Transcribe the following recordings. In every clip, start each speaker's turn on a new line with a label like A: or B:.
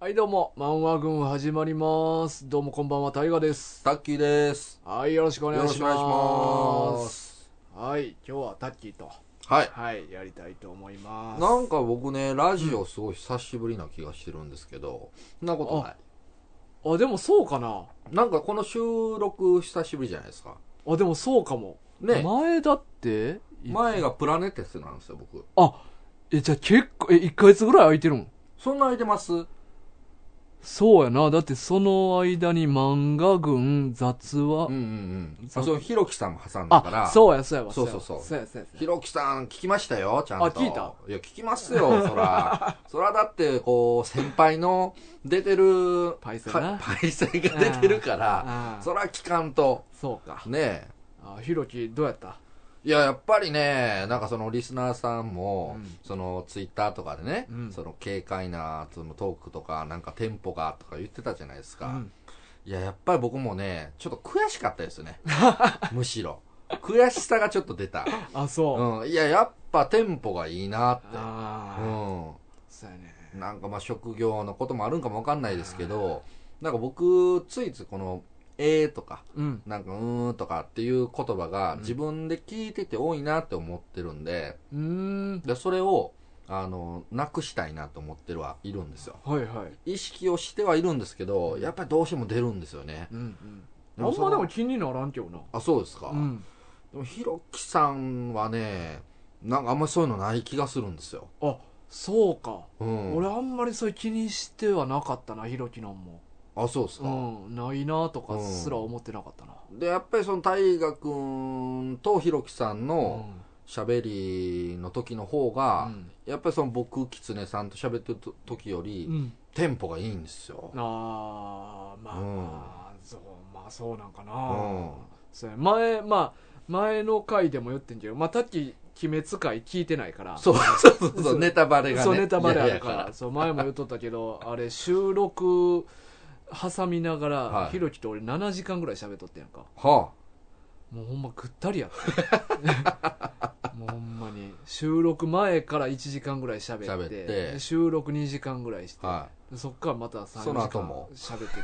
A: はい、どうも、漫画軍始まります。どうもこんばんは、タイガです。
B: タッキーです。
A: はい、よろしくお願いします。
B: す。
A: はい、今日はタッキーと、
B: はい。
A: はい、やりたいと思います。
B: なんか僕ね、ラジオすごい久しぶりな気がしてるんですけど、そんなことない。
A: あ、でもそうかな。
B: なんかこの収録久しぶりじゃないですか。
A: あ、でもそうかも。
B: ね
A: 前だって、い
B: 前がプラネテスなんですよ、僕。
A: あ、え、じゃあ結構、え、1ヶ月ぐらい空いてるん
B: そんな空いてます
A: そうやな。だってその間に漫画軍、雑話
B: うんう、んうん。
A: そ
B: あ、
A: う
B: そう、ひろきさんも挟んだから。
A: あ、そうや、そうやわ。
B: そうそうそう
A: そうや、そうや。そう
B: ひ
A: や
B: ろきさん聞きましたよ、ちゃんと。
A: あ聞いた
B: いや、聞きます よ、そら。そらだって、こう、先輩の出てる、
A: パイセンな
B: かパイセンが出てるから、
A: あー
B: そら聞かんと。
A: そうか。
B: ねえ。
A: あ、ひろき、どうやった
B: いや、やっぱりね、なんかそのリスナーさんも、
A: うん
B: そのツイッターとかでね、
A: うん
B: その軽快なそのトークとか、なんかテンポがとか言ってたじゃないですか。
A: うん
B: いや、やっぱり僕もね、ちょっと悔しかったで すね。むしろ。悔しさがちょっと出た。
A: あ、そう。
B: うん。いや、やっぱテンポがいいなって。
A: ああ。
B: う
A: そうやね。
B: ん。なんかまあ職業のこともあるんかもわかんないですけど、なんか僕、ついついこの、えーとか、
A: うん。
B: なんか、うーんとかっていう言葉が
A: うん
B: 自分で聞いてて多いなって思ってるんで、
A: うーん。
B: でそれを、あの、なくしたいなと思ってるはいるんですよ。
A: はいはい。
B: 意識をしてはいるんですけど、やっぱりどうしても出るんですよね。
A: うんうん。あん
B: でもそ
A: ま
B: の
A: でも気にならんけどな。
B: あ、そうですか。
A: うん。
B: でも、ひろきさんはね、なんかあんまりそういうのない気がするんですよ。
A: あ、そうか。
B: うん。
A: 俺あんまりそういう気にしてはなかったな、ひろきのんも。
B: あ、そうです
A: う
B: か。
A: ん。ないなとかすら思ってなかったな。
B: で、やっぱりその大河君とひろきさん
A: うん
B: の。喋りの時の方
A: う
B: が、
A: ん
B: やっぱりその僕、キツネさんと喋ってると時より、
A: うん。
B: テンポがいいんですよ。
A: あーまあ、
B: うん
A: まあ、そう、まあそうなんかな。
B: うん
A: そうや前、まあ、前の回でも言ってんけど、まあ、さっき、鬼滅回聞いてないから。
B: そうそうそう
A: そ
B: そうう、ネタバレがね。
A: そうネタバレあ
B: いや
A: る
B: いや
A: からそう前も言っとったけ どあれ収録挟みながら、
B: はい
A: ひろきと俺7時間ぐらい喋っとったやんか
B: は
A: もうほんまぐったりやった もうほんまに収録前から1時間ぐらい喋って
B: 喋って
A: で収録2時間ぐらいして、
B: あ、は
A: でそっからまた3時
B: その
A: 間
B: 後も
A: 喋ってて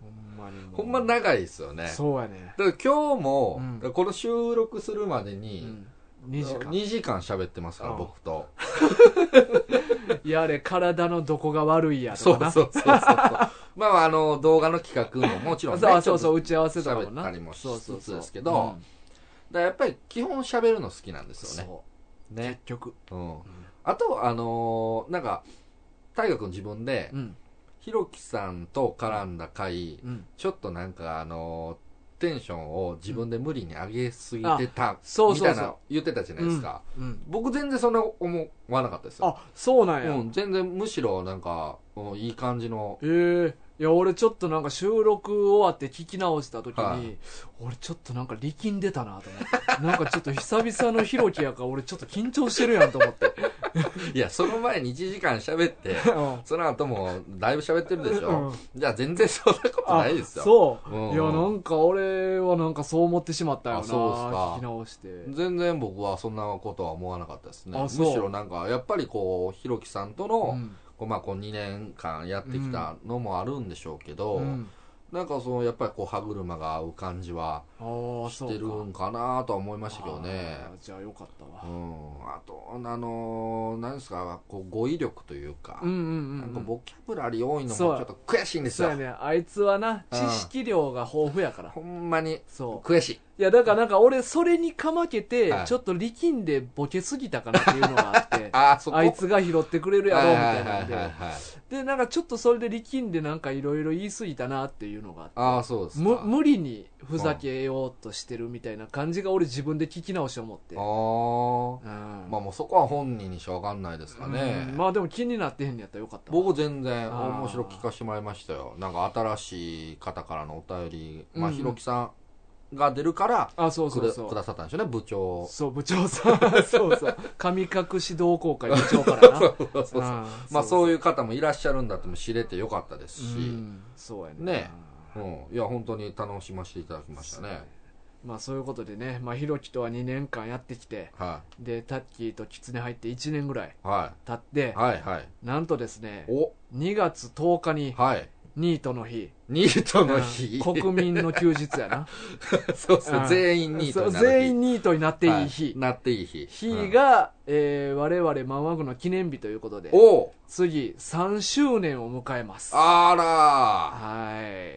A: ほんまにも
B: い。
A: う
B: ほんま長いですよね。
A: そうやね、
B: だから今日も、
A: うん
B: だからこの収録するまで
A: う
B: に、
A: ん、2時間
B: 2時間喋ってますか
A: う
B: ら、
A: ん
B: 僕と。
A: いやあれ体のどこが悪いや
B: そ
A: と
B: う
A: か
B: そう
A: な
B: そうそう。まあまあ、あの、動画の企画ももちろんね、
A: そうそう
B: ちょ
A: そう
B: っ
A: 打ち合わせとかもな
B: 喋ったりもし
A: そうそう
B: つ
A: そう
B: つですけど
A: うん
B: とだからやっぱり基本喋るの好きなんですよね。
A: そう
B: ね。
A: 結局
B: うん。あと、あのーなんか、大河君自分で、
A: うん
B: ひろきさんと絡んだ回、
A: うん
B: ちょっとなんかあのテンションを自分で無理に上げすぎてた、
A: そう
B: み
A: そ
B: た
A: う
B: い
A: そ
B: な
A: う
B: 言ってたじゃないですか、
A: うん
B: 僕全然そんな思わなかったですよ、
A: あそうなんや
B: うん、全然むしろなんか、うんいい感じ の
A: ええいや俺ちょっとなんか収録終わって聞き直した時に、
B: はい
A: 俺ちょっとなんか力んでたなと思って なんかちょっと久々のひろきやから俺ちょっと緊張してるやんと思って
B: いやその前に1時間喋って
A: うん
B: その後もだいぶ喋ってるでし
A: うん
B: ょ、じゃあ全然そんなことないですよ
A: そう、
B: うん
A: いやなんか俺はなんかそう思ってしまったよな
B: あそうっすか
A: 聞き直して
B: 全然僕はそんなことは思わなかったですね
A: あ
B: むし
A: そう
B: ろなんかやっぱりこうひろきさんと
A: う
B: の、
A: ん
B: こうまあ、こう2年間やってきたのもあるんでしょうけど、
A: うん
B: なんかそのやっぱりこう歯車が合う感じは
A: ああ
B: し
A: そう
B: てるんかなとは思いましたけどね。
A: あーじゃあよかったわ
B: うん、あと、あのー、何ですか、こう語彙力というか、
A: うんうんうん、
B: な
A: うんん、
B: かボキャブラリー多いのもち
A: そう
B: ょっと悔しいんです
A: そう
B: よ。
A: やねあいつはな
B: う
A: 知
B: ん
A: 識量が豊富やから
B: ほんまに
A: そう
B: 悔しい。
A: いやだからなんか俺それにかまけて
B: はい
A: ちょっと力んでボケすぎたかなっていうのがあって
B: ああ、そこ
A: あいつが拾ってくれるやろみたいなん
B: はいはいはい
A: で
B: はいはい
A: でなんかちょっとそれで力んでなんかいろいろ言い過ぎたなっていうのがあって
B: ああ、そうですか。
A: む無理にふざけようとしてるみたいな感じが俺自分で聞き直して思って
B: あー
A: うん
B: まあもうそこは本人にしかわかんないですかね。
A: うんまあでも気になってへんのやったらよかったわ
B: 僕全然
A: あー
B: 面白く聞かせてもらいましたよなんか新しい方からのお便り、ま
A: う
B: あ
A: んうん
B: ひろきさんが出るから
A: あそう
B: く
A: そう
B: れ
A: そう
B: くださったんですよね部長
A: そう、部長さ ん。そうそう。神隠し同好会部長からな。
B: そうそうそう
A: あ
B: まあそう
A: いう
B: いう方もいらっしゃるんだっても知れてよかったですし、
A: うんそうやね。
B: ねうんいや本当に楽しませていただきましたね
A: まあそういうことでね、まあ、ひろきとは2年間やってきて、
B: は
A: で、タッキーとキツネ入って1年ぐらい
B: い。は
A: 経って
B: い。、はい。はい。
A: なんとですね、
B: お
A: 2月10日に
B: はい。
A: ニートの日、
B: ニートの日。
A: うん国民の休日やな。
B: そうそうう、
A: ん
B: 全 員ニート
A: そう
B: になる日。
A: 全員ニートになっていい
B: は
A: 日。
B: なっていい日。
A: 日が、えー我々マンワグの記念日ということで
B: うん、お
A: 次3周年を迎えます。は
B: あ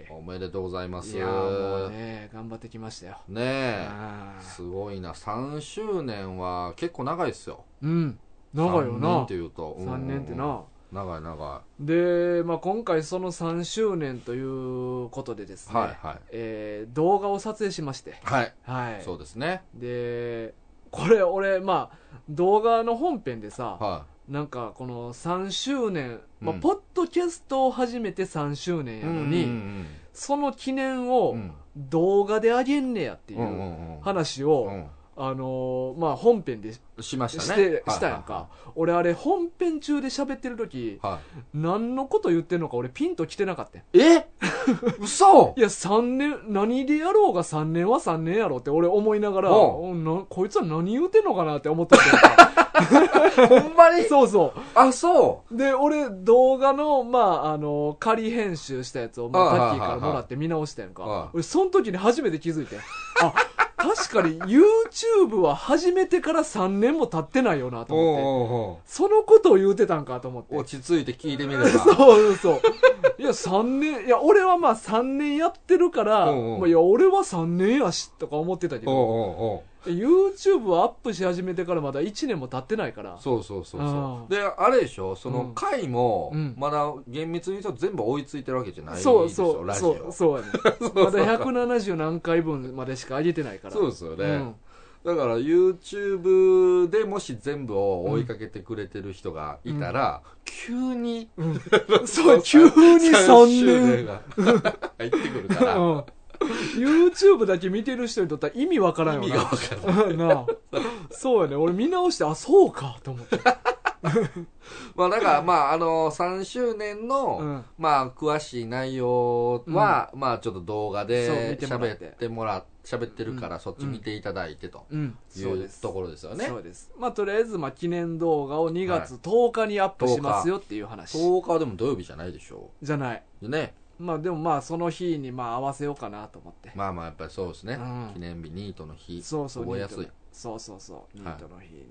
A: い
B: ら。おめでとうございます。
A: いやーもうね、頑張ってきましたよ。
B: ねえ。
A: あー
B: すごいな。3周年は結構長いですよ。
A: うん。長いよ
B: 3年っ
A: な
B: て。いうと。うん
A: 3年って。な。
B: 長い長
A: で、まあ、今回その3周年ということでです
B: い。
A: ね、
B: はいはい。
A: えー動画を撮影しまして、
B: はい。
A: はい、
B: そうですね。
A: でこれ俺、まあ、動画の本編でさ、
B: は
A: なんかこの3周年、まあ
B: うん
A: ポッドキャストを始めて3周年
B: い。
A: やのに、
B: うん
A: その記念
B: う
A: を
B: ん
A: 動画であげんねやってい
B: うん。うんう
A: うん
B: うん
A: 話を、
B: う
A: あのーまあ、本編でし
B: ん。しました
A: し
B: ね。
A: て
B: はい
A: したやんか、。俺あれ本編中で喋ってる時
B: は
A: 何のこと言ってんのか俺ピンと来てなかったよ
B: いはい。 え嘘
A: いや、三年、何でやろうが3年は3年やろって俺思いながら、
B: う
A: おなこいつは何言うてんのかなって思って た。
B: ほんまに
A: そうそ。
B: あ、そう
A: で、俺動画の、まあ、あの、仮編集したやつを、まあ、
B: あ
A: タ
B: あ
A: ッキーからもらって見直したやん
B: ああ
A: か。俺、その時に初めて気づいて。あ、確かに YouTube は始めてから3年も経ってないよな
B: う
A: と思って。
B: おうおう
A: そのことを言うてたんかと思って。
B: 落ち着いて聞いてみれば。
A: そうそうそう。いや、三年、いや、俺はまあ3年やってるから、
B: うんうん
A: まあ、いや、俺は3年やし、とか思ってたけ
B: お
A: ど、
B: うおうおう
A: YouTube をアップし始めてからまだ1年も経ってないから、
B: そうそうそう
A: あ
B: そ
A: ー
B: う。で、あれでしょそうの
A: ん
B: 回も
A: うん、
B: まだ厳密に言うと全部追いついてるわけじゃないでし
A: そうそ
B: ょ
A: う、
B: ラジ
A: そ
B: オ
A: う、。そうや ね。まだ170何回分までしか上げてないから。
B: そうですよね。だから YouTube でもし全部を追いかけてくれてる人がいたら、急に、
A: うんそう、急に3年。
B: が入ってくるか
A: う
B: ら、
A: ん YouTube だけ見てる人にとったら意味わからん
B: 意
A: よ
B: 味
A: な
B: がわからな
A: う
B: い。
A: ん なあそうやね俺見直してあそうかと思って、
B: まあだから、まああの、3周年の、
A: うん
B: まあ詳しい内容は、まあちょっと動画
A: そう見
B: で
A: てもらっ
B: 喋
A: て
B: ってもら、喋ってるから、そっち見ていただいてと。
A: うん、
B: い
A: そう
B: う
A: です
B: ところですよね
A: そうです。まあ、とりあえず、まあ、記念動画を2月10日にアップしますよっていう話。
B: 10日はでも土曜日じゃないでしょ
A: じゃない。
B: うね
A: まあ、でもまあ、その日に、まあ、合わせようかなと思って。
B: まあまあやっぱりそうですね、
A: うん
B: 記念日ニートの日
A: そうそう、
B: 覚え
A: ニ
B: や
A: ー
B: す
A: トの
B: い、
A: そうそうそう、ニートの日に。
B: うん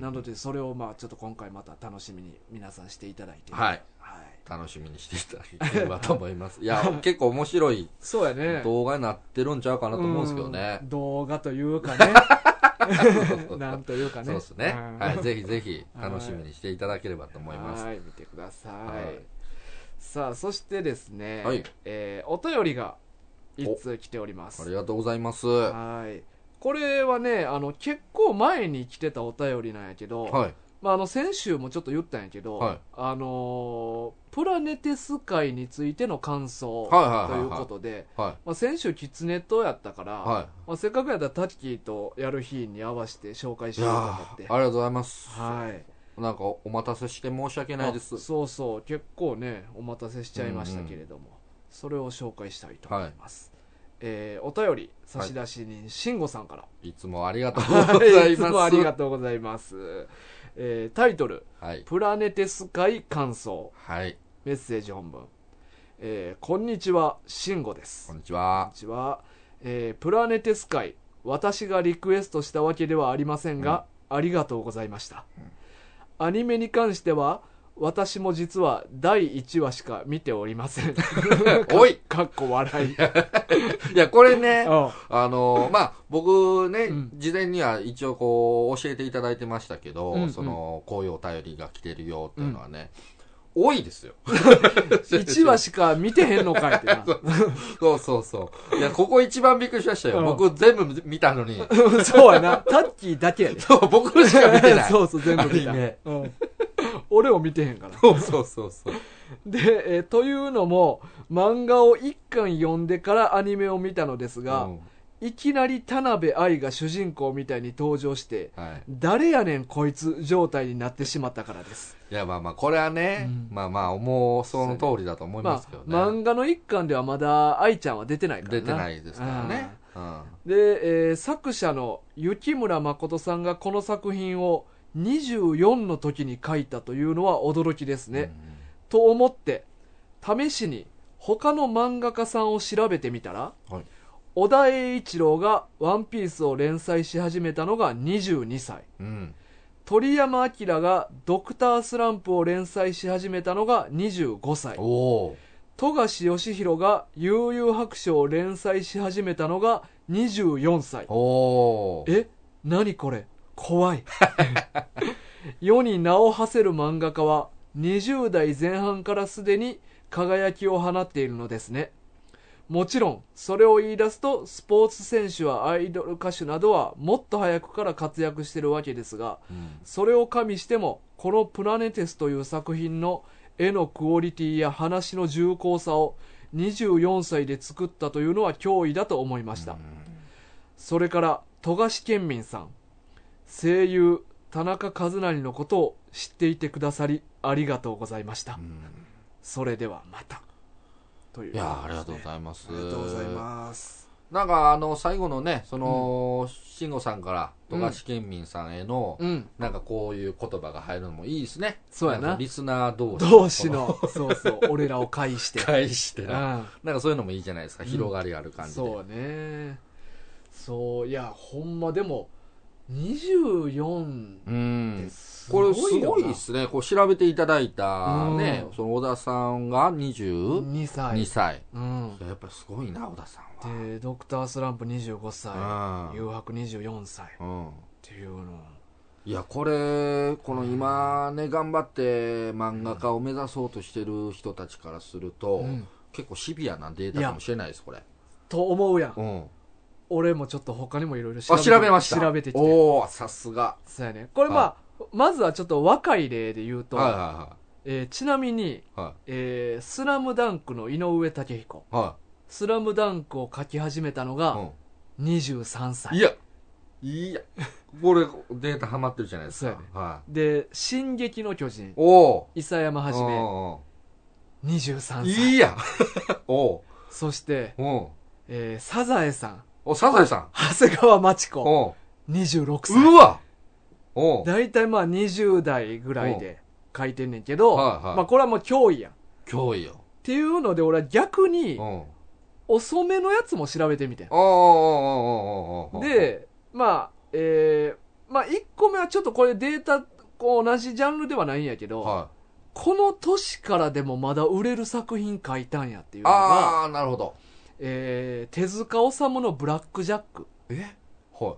A: なので、それをまあ、ちょっと今回また楽しみに皆さんしていただいて。
B: はい
A: はい
B: 楽しみにしていただければと思いますいや 結構面白い
A: そうやね。
B: 動画になってるんちゃうかなと思うんですけどね
A: うん動画というかね。なん というかね。
B: そうですね
A: ん、
B: はい、ぜひぜひ
A: はい
B: 楽しみにしていただければと思います
A: はい見てください、
B: はい
A: さあそしてですね、
B: はい
A: えーお便りが一通来ております
B: ありがとうございますは
A: はいこれはねあの結構前に来てたお便りなんやけど、
B: いはい
A: まあ、あの先週もちょっと言ったんやけど、
B: はい
A: あのープラネテス界についての感想
B: はい
A: と
B: はいいうは
A: ことで、
B: いはい
A: まあ、先週キツネとやったから、
B: は
A: まあ、せっかくやったらタッキーとやる日に合わせて紹介
B: い
A: し
B: い
A: よ
B: や
A: うと
B: ー
A: 思
B: あ
A: って
B: りがとうございます
A: はい
B: なんかお待たせして申し訳ないです
A: あそうそう結構ねお待たせしちゃいましたけれども、それを紹介したいと思います、えーお便り差出人慎吾さんから、
B: いつもありがとうございます
A: はい、いつもありがとうございます、えータイトル「
B: はい
A: プラネテス界感想
B: はい」
A: メッセージ本文、えーこんにちは慎吾です
B: こん
A: こん
B: にちは
A: にちは、えープラネテス界私がリクエストしたわけではありませんが、ありがとうございました、アニメに関しては私も実は第1話しか見ておりません
B: おい
A: かっこ笑い
B: いやこれね
A: あ
B: あのーまあ、僕ね、
A: うん
B: 事前には一応こう、教えていただいてましたけど、
A: うんうん
B: その、こういうお便りが来てるよっていうのはね、多いで すよ。
A: 1話しか見てへんのかいってな
B: そうそうそう。いや、ここ一番びっくりしましたよ。
A: うん
B: 僕全部見 たのに。
A: そうやなタッキーだけやで
B: そう、僕しか見 てない。
A: そうそう全部見た、
B: アニメ
A: うん俺を見てへんから
B: そうそうそうそう。
A: で、えーというのも漫画を1巻読んでからアニメを見たのですが、
B: うん
A: いきなり田辺愛が主人公みたいに登場して
B: はい。
A: 誰やねんこいつ状態になってしまったからです、
B: いや、まあまあ、これはね、
A: うん
B: まあまあ、もうその通りだと思いま
A: ます
B: けど
A: あ
B: ね。
A: 漫画の一巻ではまだ愛ちゃんは出てないからな
B: 出てないですからね
A: あで、えー作者の雪村誠さんがこの作品を24の時に書いたというのは驚きですね、と思って試しに他の漫画家さんを調べてみたら、
B: はい
A: 小田栄一郎が「ワンピースを連載し始めたのが22歳
B: うん、うん
A: 鳥山明が「ドクタースランプ」を連載し始めたのが25歳
B: おお
A: 富樫義弘が「悠々白書」を連載し始めたのが24歳
B: おお
A: え何これ怖い世に名を馳せる漫画家は20代前半からすでに輝きを放っているのですねもちろんそれを言い出すとスポーツ選手はアイドル歌手などはもっと早くから活躍してるわけですが
B: うん
A: それを加味してもこの「プラネテス」という作品の絵のクオリティや話の重厚さを24歳で作ったというのは脅威だと思いました、それから富樫県民さん声優田中和成のことを知っていてくださりありがとうございました、
B: うん
A: それではまたという
B: いやありがとうご
A: い
B: ざいます
A: ありがとうございます
B: なんかあの最後のねその、慎吾さんから富樫県民さんへの、
A: うん
B: なんかこういう言葉が入るのもいいですね
A: そうやなん
B: かリスナー同士
A: 同志のそう そう俺らを介 して
B: 返して
A: う
B: な,、
A: ん
B: なんかそういうのもいいじゃないですか
A: うん
B: 広がりがある感じで、
A: そうねそういやほんまでも24
B: うん
A: ってす
B: こ
A: ごいよ
B: れ
A: な、
B: すごいですね。こう調べていただいた
A: うん
B: ね、その小田さんが22
A: 2歳、
B: 歳。
A: うん、
B: やっぱりすごいな、小田さん
A: でドクタースランプ25歳
B: は。
A: 誘惑24歳っ
B: うん。うん。
A: ていうの
B: いや、これ、この今ね、頑張って漫画家を目指そうとしてる人たちからすると、
A: うん
B: 結構シビアなデータかもしれないです、これ。
A: と思うやん
B: うん。
A: 俺もちょっと他にもいろいろ
B: あ、調べました。
A: 調べてきて
B: おおさすが。
A: そうやねこれまあまずはちょっと若い例で言うと、
B: はいは
A: えーちなみに
B: いはい。は
A: 「えースラムダンクの井上武彦
B: い。は
A: 「スラムダンクを書き始めたのが
B: い。
A: 23
B: うん。
A: 歳、
B: いや、いや、これ、データハマってるじゃないです
A: そう
B: か
A: やね。
B: はい。
A: で「進撃の巨人
B: おお」
A: 伊佐山はじ
B: う
A: め
B: んうん
A: 23歳
B: いいや んおう
A: そして、
B: お
A: えーサザエさん
B: うおサザエさん
A: 長谷川町子
B: おう
A: 26歳
B: うわおう
A: 大体まあ20代ぐらいで書いてんねんけど、
B: はいはい
A: まあこれはもう脅威やん
B: 脅威よ
A: っていうので俺は逆
B: う
A: に
B: んおう
A: 遅めのやつも調べてみてん
B: おうおうおうおうおうおう
A: でまあえー、まあ1個目はちょっとこれデータこう同じジャンルではないんやけど、
B: は
A: この年からでもまだ売れる作品書いたんやってい
B: いう
A: のが、
B: ああなるほど
A: えー手塚治虫の「ブラック・ジャック
B: えは」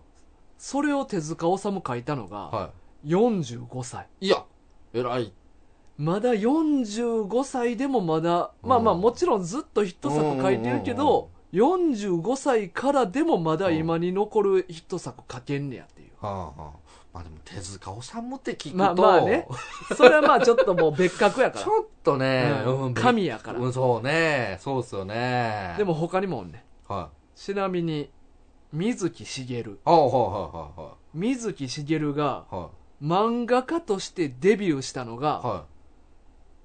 A: それを手塚治虫書いたの
B: い
A: が
B: は
A: 45歳
B: いいや偉い
A: まだ45歳でもまだ、まあまあ
B: うん
A: もちろんずっとヒット作書いてるけど、45歳からでもまだ今に残るヒット作書けんねやっていう。
B: はあはあまあでも手塚治虫って聞くと
A: まあまあねそれはまあちょっともう別格やか
B: ちょっとね
A: ら。
B: う
A: うんん、神やから
B: う。んそうねそうっすよね
A: でも他にもおんね。
B: はい
A: ちなみに、水木しげる。
B: ああはいはいは
A: 水木しげるが
B: いはい
A: 漫画家としてデビューしたの
B: はい
A: が
B: は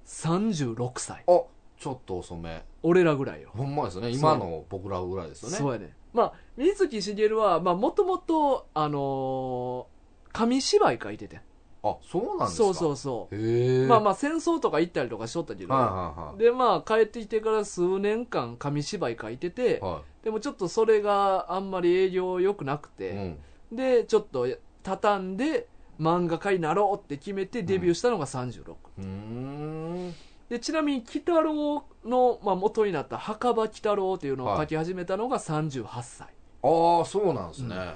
A: 36歳。
B: いあちょっと遅め
A: 俺らぐらいよ。
B: ほんまですね今の僕らぐらいですよね
A: そうやねまあ水木しげるはもともとあのー紙芝居書いてて
B: あそうなんですか
A: そうそうそ
B: へ
A: う
B: え
A: まあまあ戦争とか行ったりとかしとったけど、
B: は
A: でまあ帰ってきてから数年間紙芝居書いてて、
B: いはいは
A: でもちょっとそれがあんまり営業良くなく
B: いはい
A: て、でちょっと畳んで漫画家になろうって決めてデビューしたのが36、
B: うんうん
A: でちなみに鬼太郎の、まあ、元になった墓場鬼太郎っていうのを書き始めたのが38歳、
B: ああそうなんですね
A: うん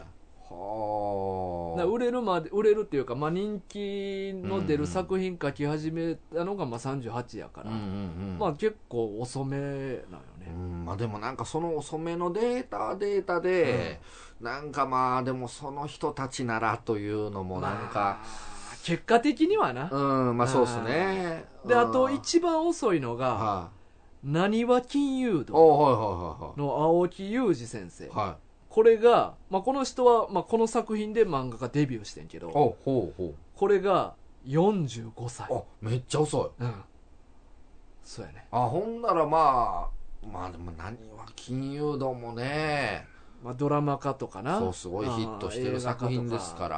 B: は
A: だから
B: あ
A: 売れるまで売れるっていうか、まあ、人気の出る作品書き始めたのがまあ38やから、
B: うんうんうん
A: まあ、結構遅めなんよ
B: う
A: ね、
B: んまあでもなんかその遅めのデータはデータで、なんかまあでもその人たちならというのもなん
A: ま
B: か、
A: あ結果的にはな、
B: うんまあそうですね
A: であと
B: 一
A: 一番遅いのが
B: は
A: なにわ金融
B: い
A: 道
B: おはいはい
A: の青木裕二先生
B: はいはいはい
A: これが、まあ、この人は、まあ、この作品で漫画家デビューしてんけど
B: おほうほう
A: これが45歳
B: あめっちゃ遅い
A: うんそうやね
B: あほんならまあまあでも何は金融道もね
A: まあ、ドラマ化とかな
B: そうすごいヒットしてる
A: あー映画化と
B: 作品ですから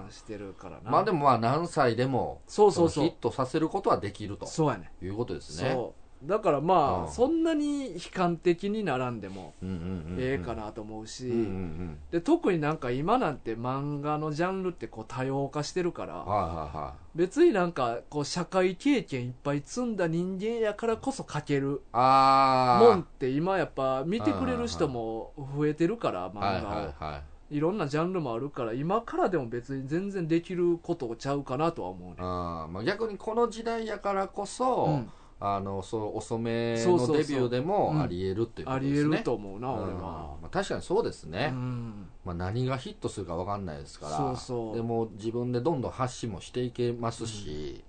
A: あーしてるからな
B: まあでもまあ何歳でも
A: そうそうそう
B: のヒットさせることはできると
A: そうやね
B: いうことですね
A: そうだからまあ、
B: うん
A: そんなに悲観的にならんでも
B: うんうんうんうん
A: ええかなと思うし、
B: うんうんうん
A: で特になんか今なんて漫画のジャンルってこう多様化してるから
B: はいはいはい
A: 別になんかこう社会経験いっぱい積んだ人間やからこそ書ける
B: ああ
A: もんって今やっぱ見てくれる人も増えてるから漫画を、
B: はい
A: い
B: はいはい
A: ろんなジャンルもあるから今からでも別に全然できることちゃうかなとは思うね
B: あーまあ、逆にこの時代やからこそ、
A: うん
B: あのそう遅め
A: そうそうそ
B: の
A: う
B: デビューで
A: うん
B: もありえるっていうこ
A: あ
B: とです
A: り
B: ね、
A: えると思うな、俺
B: うん
A: は
B: ま、あ、確かにそうですね、
A: うん
B: まあ、何がヒットするか分かんないですから
A: そうそう
B: でも自分でどんどん発信もしていけますし、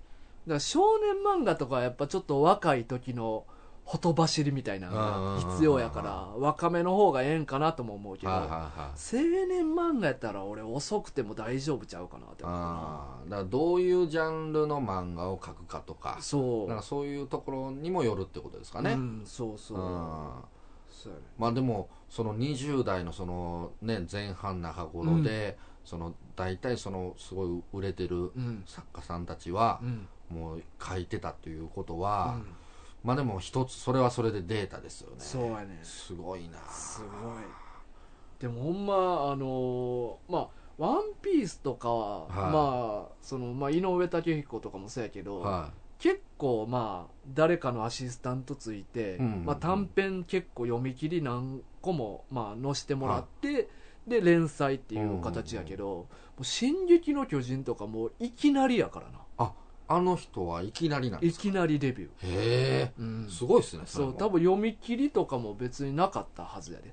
A: だから少年漫画とかはやっぱちょっと若い時のほとばしりみたいなのが必要やから若めの方がええんかなとも思うけど
B: はいはい
A: 青
B: はい
A: 年漫画やったら俺遅くても大丈夫ちゃうかなって思うな
B: あーだからどういうジャンルの漫画を描くかとか
A: そう
B: なんかそういうところにもよるってことですかね、
A: う
B: う
A: ん
B: ん
A: そうそうそうやね
B: まあでもその20代のそのね前半中頃で、その大体そのすごい売れてる
A: うん
B: 作家さんたちは
A: うん
B: もう書いてたということ
A: う
B: は、
A: ん
B: まあでも一つそれはそれでデータですよね
A: そうやね
B: すごいな
A: すごいでもほんまあのーまあ「ワンピースとかは、まあそのまあ井上武彦とかもそうやけど、
B: は
A: 結構まあ誰かのアシスタントついて、
B: うん
A: まあ、短編結構読み切り何個もまあ載してもらって、で連載っていう形やけど「もう進撃の巨人」とかもういきなりやからない
B: あの人はいきなりなんで
A: い
B: すか
A: きなりデビュー、
B: へ
A: うん
B: えすごいですねれ
A: そ
B: も
A: う多分読み切りとかも別になかったはずやで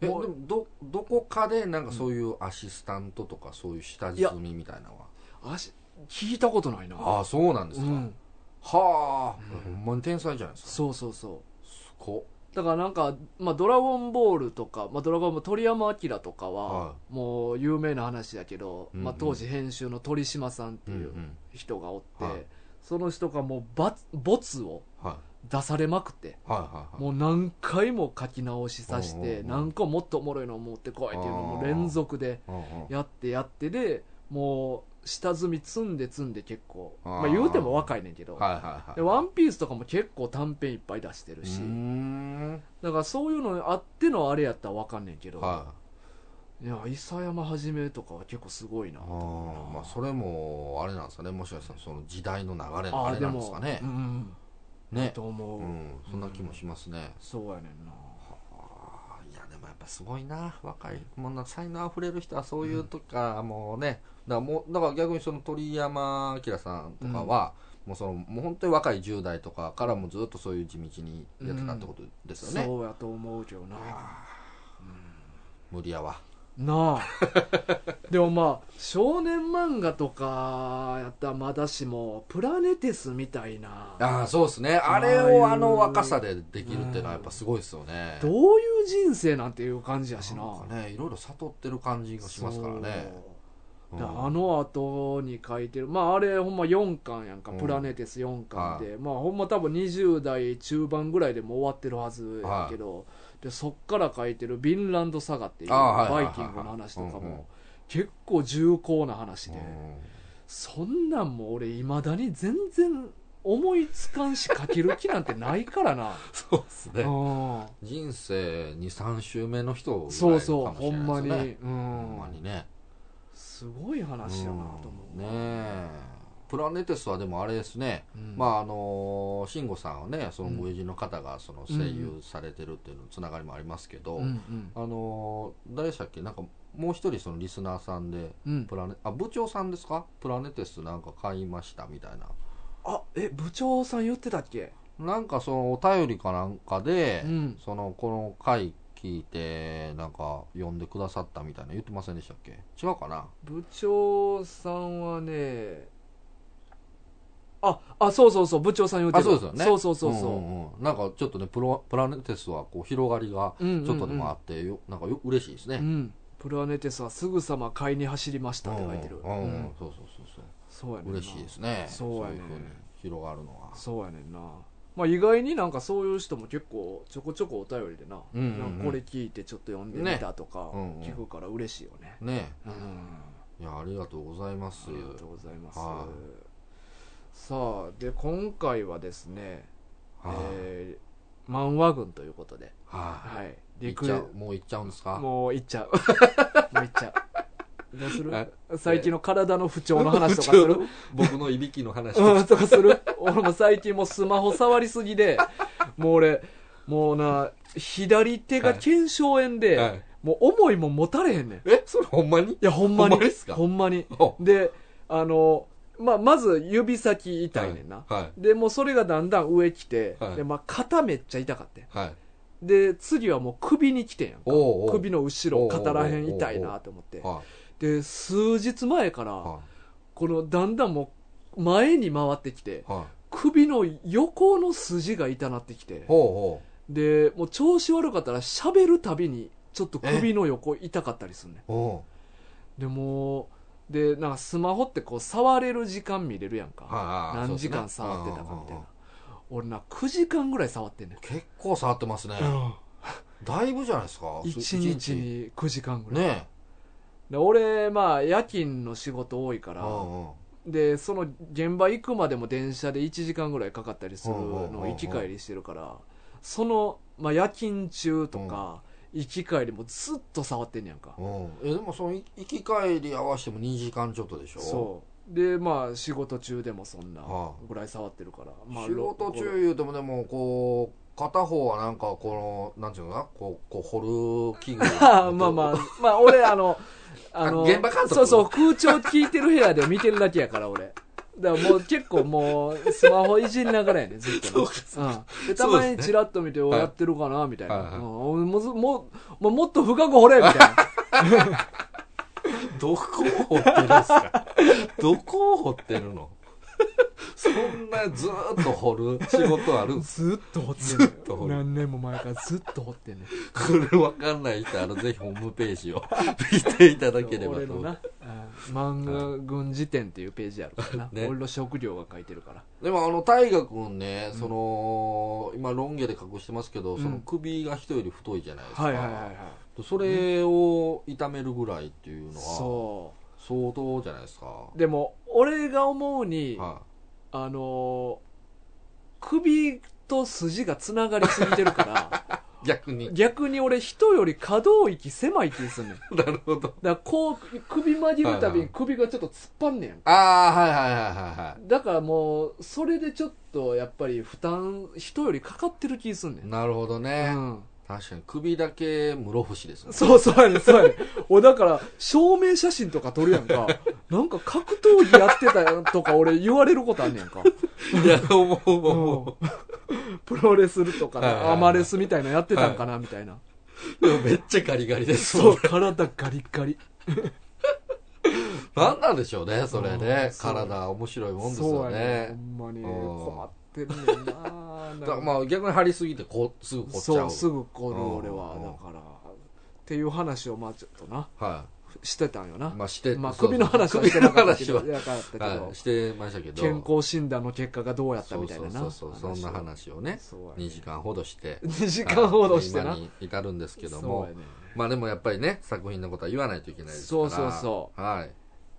B: えで
A: もう
B: もどどこかでなんかそういうアシスタントとかそういう下積みみたいなのは
A: あし聞いたことないな
B: ああそうなんですか、
A: うん、
B: はあ、
A: うん
B: ほんまに天才じゃないですか
A: そうそうそう
B: すごっ
A: だからなんか、まあ、ドラゴンボールとか、まあ、ドラゴンボール鳥山明とか
B: は
A: は、もう有名な話やけど、
B: うんうん
A: まあ、当時編集の鳥島さんっていう
B: うん
A: 人がおって、
B: はい
A: その人がもうバツボツを
B: うんはい
A: 出されまくって、
B: はいはいはい
A: もう何回も書き直しさせ
B: おうおう
A: て、
B: おう
A: 何個もっとおもろいの持ってこいっていうのも
B: あー
A: 連続で
B: うんうん
A: やってやってで、もう下積み積んで積んで結構、まあ、
B: あー
A: 言うても若いねんけど、
B: はいはいはい
A: でワンピースとかも結構短編いっぱい出してるし、
B: うーん
A: だからそういうのあってのあれやったらわかんねんけど、、
B: はい
A: や諫山はじめとかは結構すごいない
B: あーまあそれもあれなんですかねもしかしたらその時代の流れの
A: あ
B: あ
A: あ
B: れ
A: で
B: なんで
A: も
B: すかね
A: うん
B: ね
A: と思う、
B: うんそんな気もしますね、
A: そうやねんな
B: あーいやでもやっぱすごいな若いもんな才能あふれる人はそういうとか、もうねだからもうだから逆にその鳥山明さんとかは、もうそのもう本当に若い10代とかからもずっとそういう地道にやってたってことですよね、
A: そうやと思うけどな
B: 無理やわ
A: なあ でもまあ少年漫画とかやったらまだしもプラネテスみたいな
B: ああそうですねあれをあの若さでできるっていうのはやっぱすごいですよね
A: どういう人生なんていう感じやしな
B: なんかねいろいろ悟ってる感じがしますからね
A: そう
B: うん
A: であの後に書いてるまああれほんま4巻やんか、
B: うん
A: プラネテス4巻で、まあほんま多分20代中盤ぐらいでもう終わってるはずやけど、でそっから書いてる「ヴィンランドサガ」っていう
B: あはいは
A: バ
B: いはい
A: イ
B: はい
A: キングの話とか
B: うんうん
A: も結構重厚な話で、
B: うん
A: そんなんも俺いまだに全然思いつかんし書ける気なんてないから な、
B: そうですね
A: うん
B: 人生23周目の人ぐらいか
A: そう
B: もし
A: そうほ
B: れ
A: ん
B: な
A: ま
B: い
A: に、
B: ですよね
A: う
B: ほ
A: ん
B: んまにね
A: すごい話やなと思う、
B: ねえプラネテスはでもあれですね、
A: うん
B: まああの慎吾さんはねその
A: うん
B: ご友人の方がその声優されてるっていうのつながりもありますけど、
A: うんうん
B: あのー誰でしたっけなんかもう一人そのリスナーさんで
A: うん
B: プラネあ部長さんですかプラネテスなんか買いましたみたいな
A: あえ部長さん言ってたっけ
B: なんかそのお便りかなんかで、
A: うん
B: そのこの回聞いてなんか呼んでくださったみたいな言ってませんでしたっけ違うかな
A: 部長さんはねああそうそうそう部長さん言って
B: あ
A: る
B: そうですよね
A: そうそうそうそうん
B: んうんなんかちょっとねプロプラネテスはこう広がりが
A: うんうんうん
B: ちょっとでもあってよ、なんかよ嬉しいです
A: う
B: ね、
A: んプラネテスはすぐさま買いに走りましたって書いてる
B: うんうん
A: うん
B: そうそうそうそ
A: そうやねん
B: う
A: な
B: 嬉しいですね
A: そうやね
B: いうふうに広がるのは
A: そうやねんなまあ、意外になんかそういう人も結構ちょこちょこお便りでな,、
B: うんうんうん
A: なんかこれ聞いてちょっと読んでみたとか
B: うんうん
A: 聞くから嬉しいよね
B: ね
A: うん、
B: いやありがとうございます
A: ありがとうございます、
B: は
A: さあで今回はですね、
B: はい
A: えー漫画軍ということで、
B: はい
A: はい、
B: 行
A: リ
B: っ
A: ク
B: ちゃうもう行っちゃうんですか
A: もういっちゃうもういっちゃうどうする
B: え
A: 最近の体の不調の話とかする
B: 僕のいびきの話
A: うん、とかする俺も最近もうスマホ触りすぎでもう俺もうな左手が腱鞘炎で、
B: はい
A: もう思いも持たれへんねんい
B: えそれほんまに
A: やほんまに
B: ほんまですか
A: ほんまに
B: お
A: であの、まあ、まず指先痛いねんな、
B: は
A: でもうそれがだんだん上来て、
B: はい
A: でまあ、肩めっちゃ痛かった
B: いはい
A: で次はもう首に来てんやんか
B: おうおう
A: 首の後ろ
B: おうおうおう
A: 肩らへん痛いなと思って
B: は
A: で数日前から、
B: いは
A: このだんだんもう前に回ってきて、
B: いはい
A: 首の横の筋が痛なってきて
B: ほ
A: でもう調子悪かったら喋るたびにちょっと首の横痛かったりするね
B: うほうお
A: んでもうでなんかスマホってこう触れる時間見れるやん
B: う
A: か
B: はいはい
A: 何時間触ってたかみたいな俺な9時間ぐらい触ってんねん
B: 結構触ってますねだいぶじゃないですか
A: 1日に9時間ぐらい、
B: ね
A: で俺まあ夜勤の仕事多いか
B: え
A: ら
B: うんうん
A: でその現場行くまでも電車で1時間ぐらいかかったりする
B: うんうんうん
A: の
B: う
A: を
B: ん
A: 行き帰りしてるからその、まあ、夜勤中とか行き帰りもずっと触ってんねやんか
B: うん、えでもそのい行き帰り合わせても2時間ちょっとでしょ
A: そうでまあ仕事中でもそんな
B: はあ
A: ぐらい触ってるから、まあ、
B: 仕事中
A: ろ
B: 言うてもでもこう片方はなんかこのなんていうのかなこうこう掘る器具
A: ああ まあまあまあ俺あの
B: あ
A: あの
B: 現場監督
A: そうそう空調聞いてる部屋で見てるだけやから俺だからもう結構もうスマホいじりながらやねずっとな
B: そうか
A: うん、でたまにチラッと見て、お
B: はい
A: やってるかなみたいな、
B: はいはい
A: うんもうずもうもうもっと深く掘れみたいな
B: どこを掘ってるんですかどこを掘ってるのそんなずーっと掘る仕事あるんです
A: ずっと掘って
B: ずっと掘
A: ん
B: る
A: ねん何年も前からずっと掘ってんねん
B: これ分かんない人あのぜひホームページを 見ていただければと
A: 俺のな、うん漫画軍辞典っていうページあるからな、
B: ね
A: 俺の職業が書いてるから
B: でもあの大河君ね、その今ロン毛で隠してますけど、
A: うん
B: その首が人より太いじゃないですか、
A: はいはいはいはい
B: それを痛めるぐらいっていうのは
A: そ
B: 相当じゃないですか、
A: うでも俺が思うに、
B: は
A: あのー首と筋がつながりすぎてるから
B: い、逆に
A: 逆に俺人より可動域狭い気すんねん
B: なるほど
A: だからこう首曲げるたび
B: はいは
A: に
B: い
A: 首がちょっと突っ張んねん、
B: ああはいはいはいはいは
A: だからもうそれでちょっとやっぱり負担人よりかかってる気すんね
B: い
A: ん、
B: なるほどね、
A: うん、
B: 確かに首だけ室伏ですもん
A: そうそうやねんそうやねん俺だから証明写真とか撮るやんかなんか格闘技やってたよとか俺言われることあんねんか、
B: いや思う思う
A: うん
B: 思、
A: プロレスルとかね
B: はいはいはい
A: アマレスみたいなのやってたんかなみたいな、
B: うでもめっちゃガリガリです
A: そ
B: もん
A: う体ガリガリ
B: 何なんでしょうねそれね
A: うんそう
B: 体面白いもんです
A: そ
B: よ
A: うやね
B: ね
A: んほんまに
B: うん
A: 困ってんねんななん
B: だ
A: か
B: からまあ逆に張りすぎてこうすぐ凝っち
A: そ
B: ゃう
A: うすぐ来る
B: うん
A: 俺は
B: うん
A: だからっていう話をまあちょっとな
B: は
A: してたんよ
B: い
A: な
B: まあして
A: まあ
B: そう
A: 首の話はして
B: 首の
A: なかったけ
B: 話
A: ど
B: はい
A: やかったけ
B: は
A: ど
B: いしてましたけど
A: 健康診断の結果がどうやったみたいなな
B: そうそうそうそうそんな話をね
A: そうやね
B: 2時間ほどして
A: 2時間ほどして
B: は
A: ない
B: 今に至るんですけど
A: そう
B: も
A: やね
B: まあでもやっぱりね作品のことは言わないといけないですから
A: そうそうそう
B: はい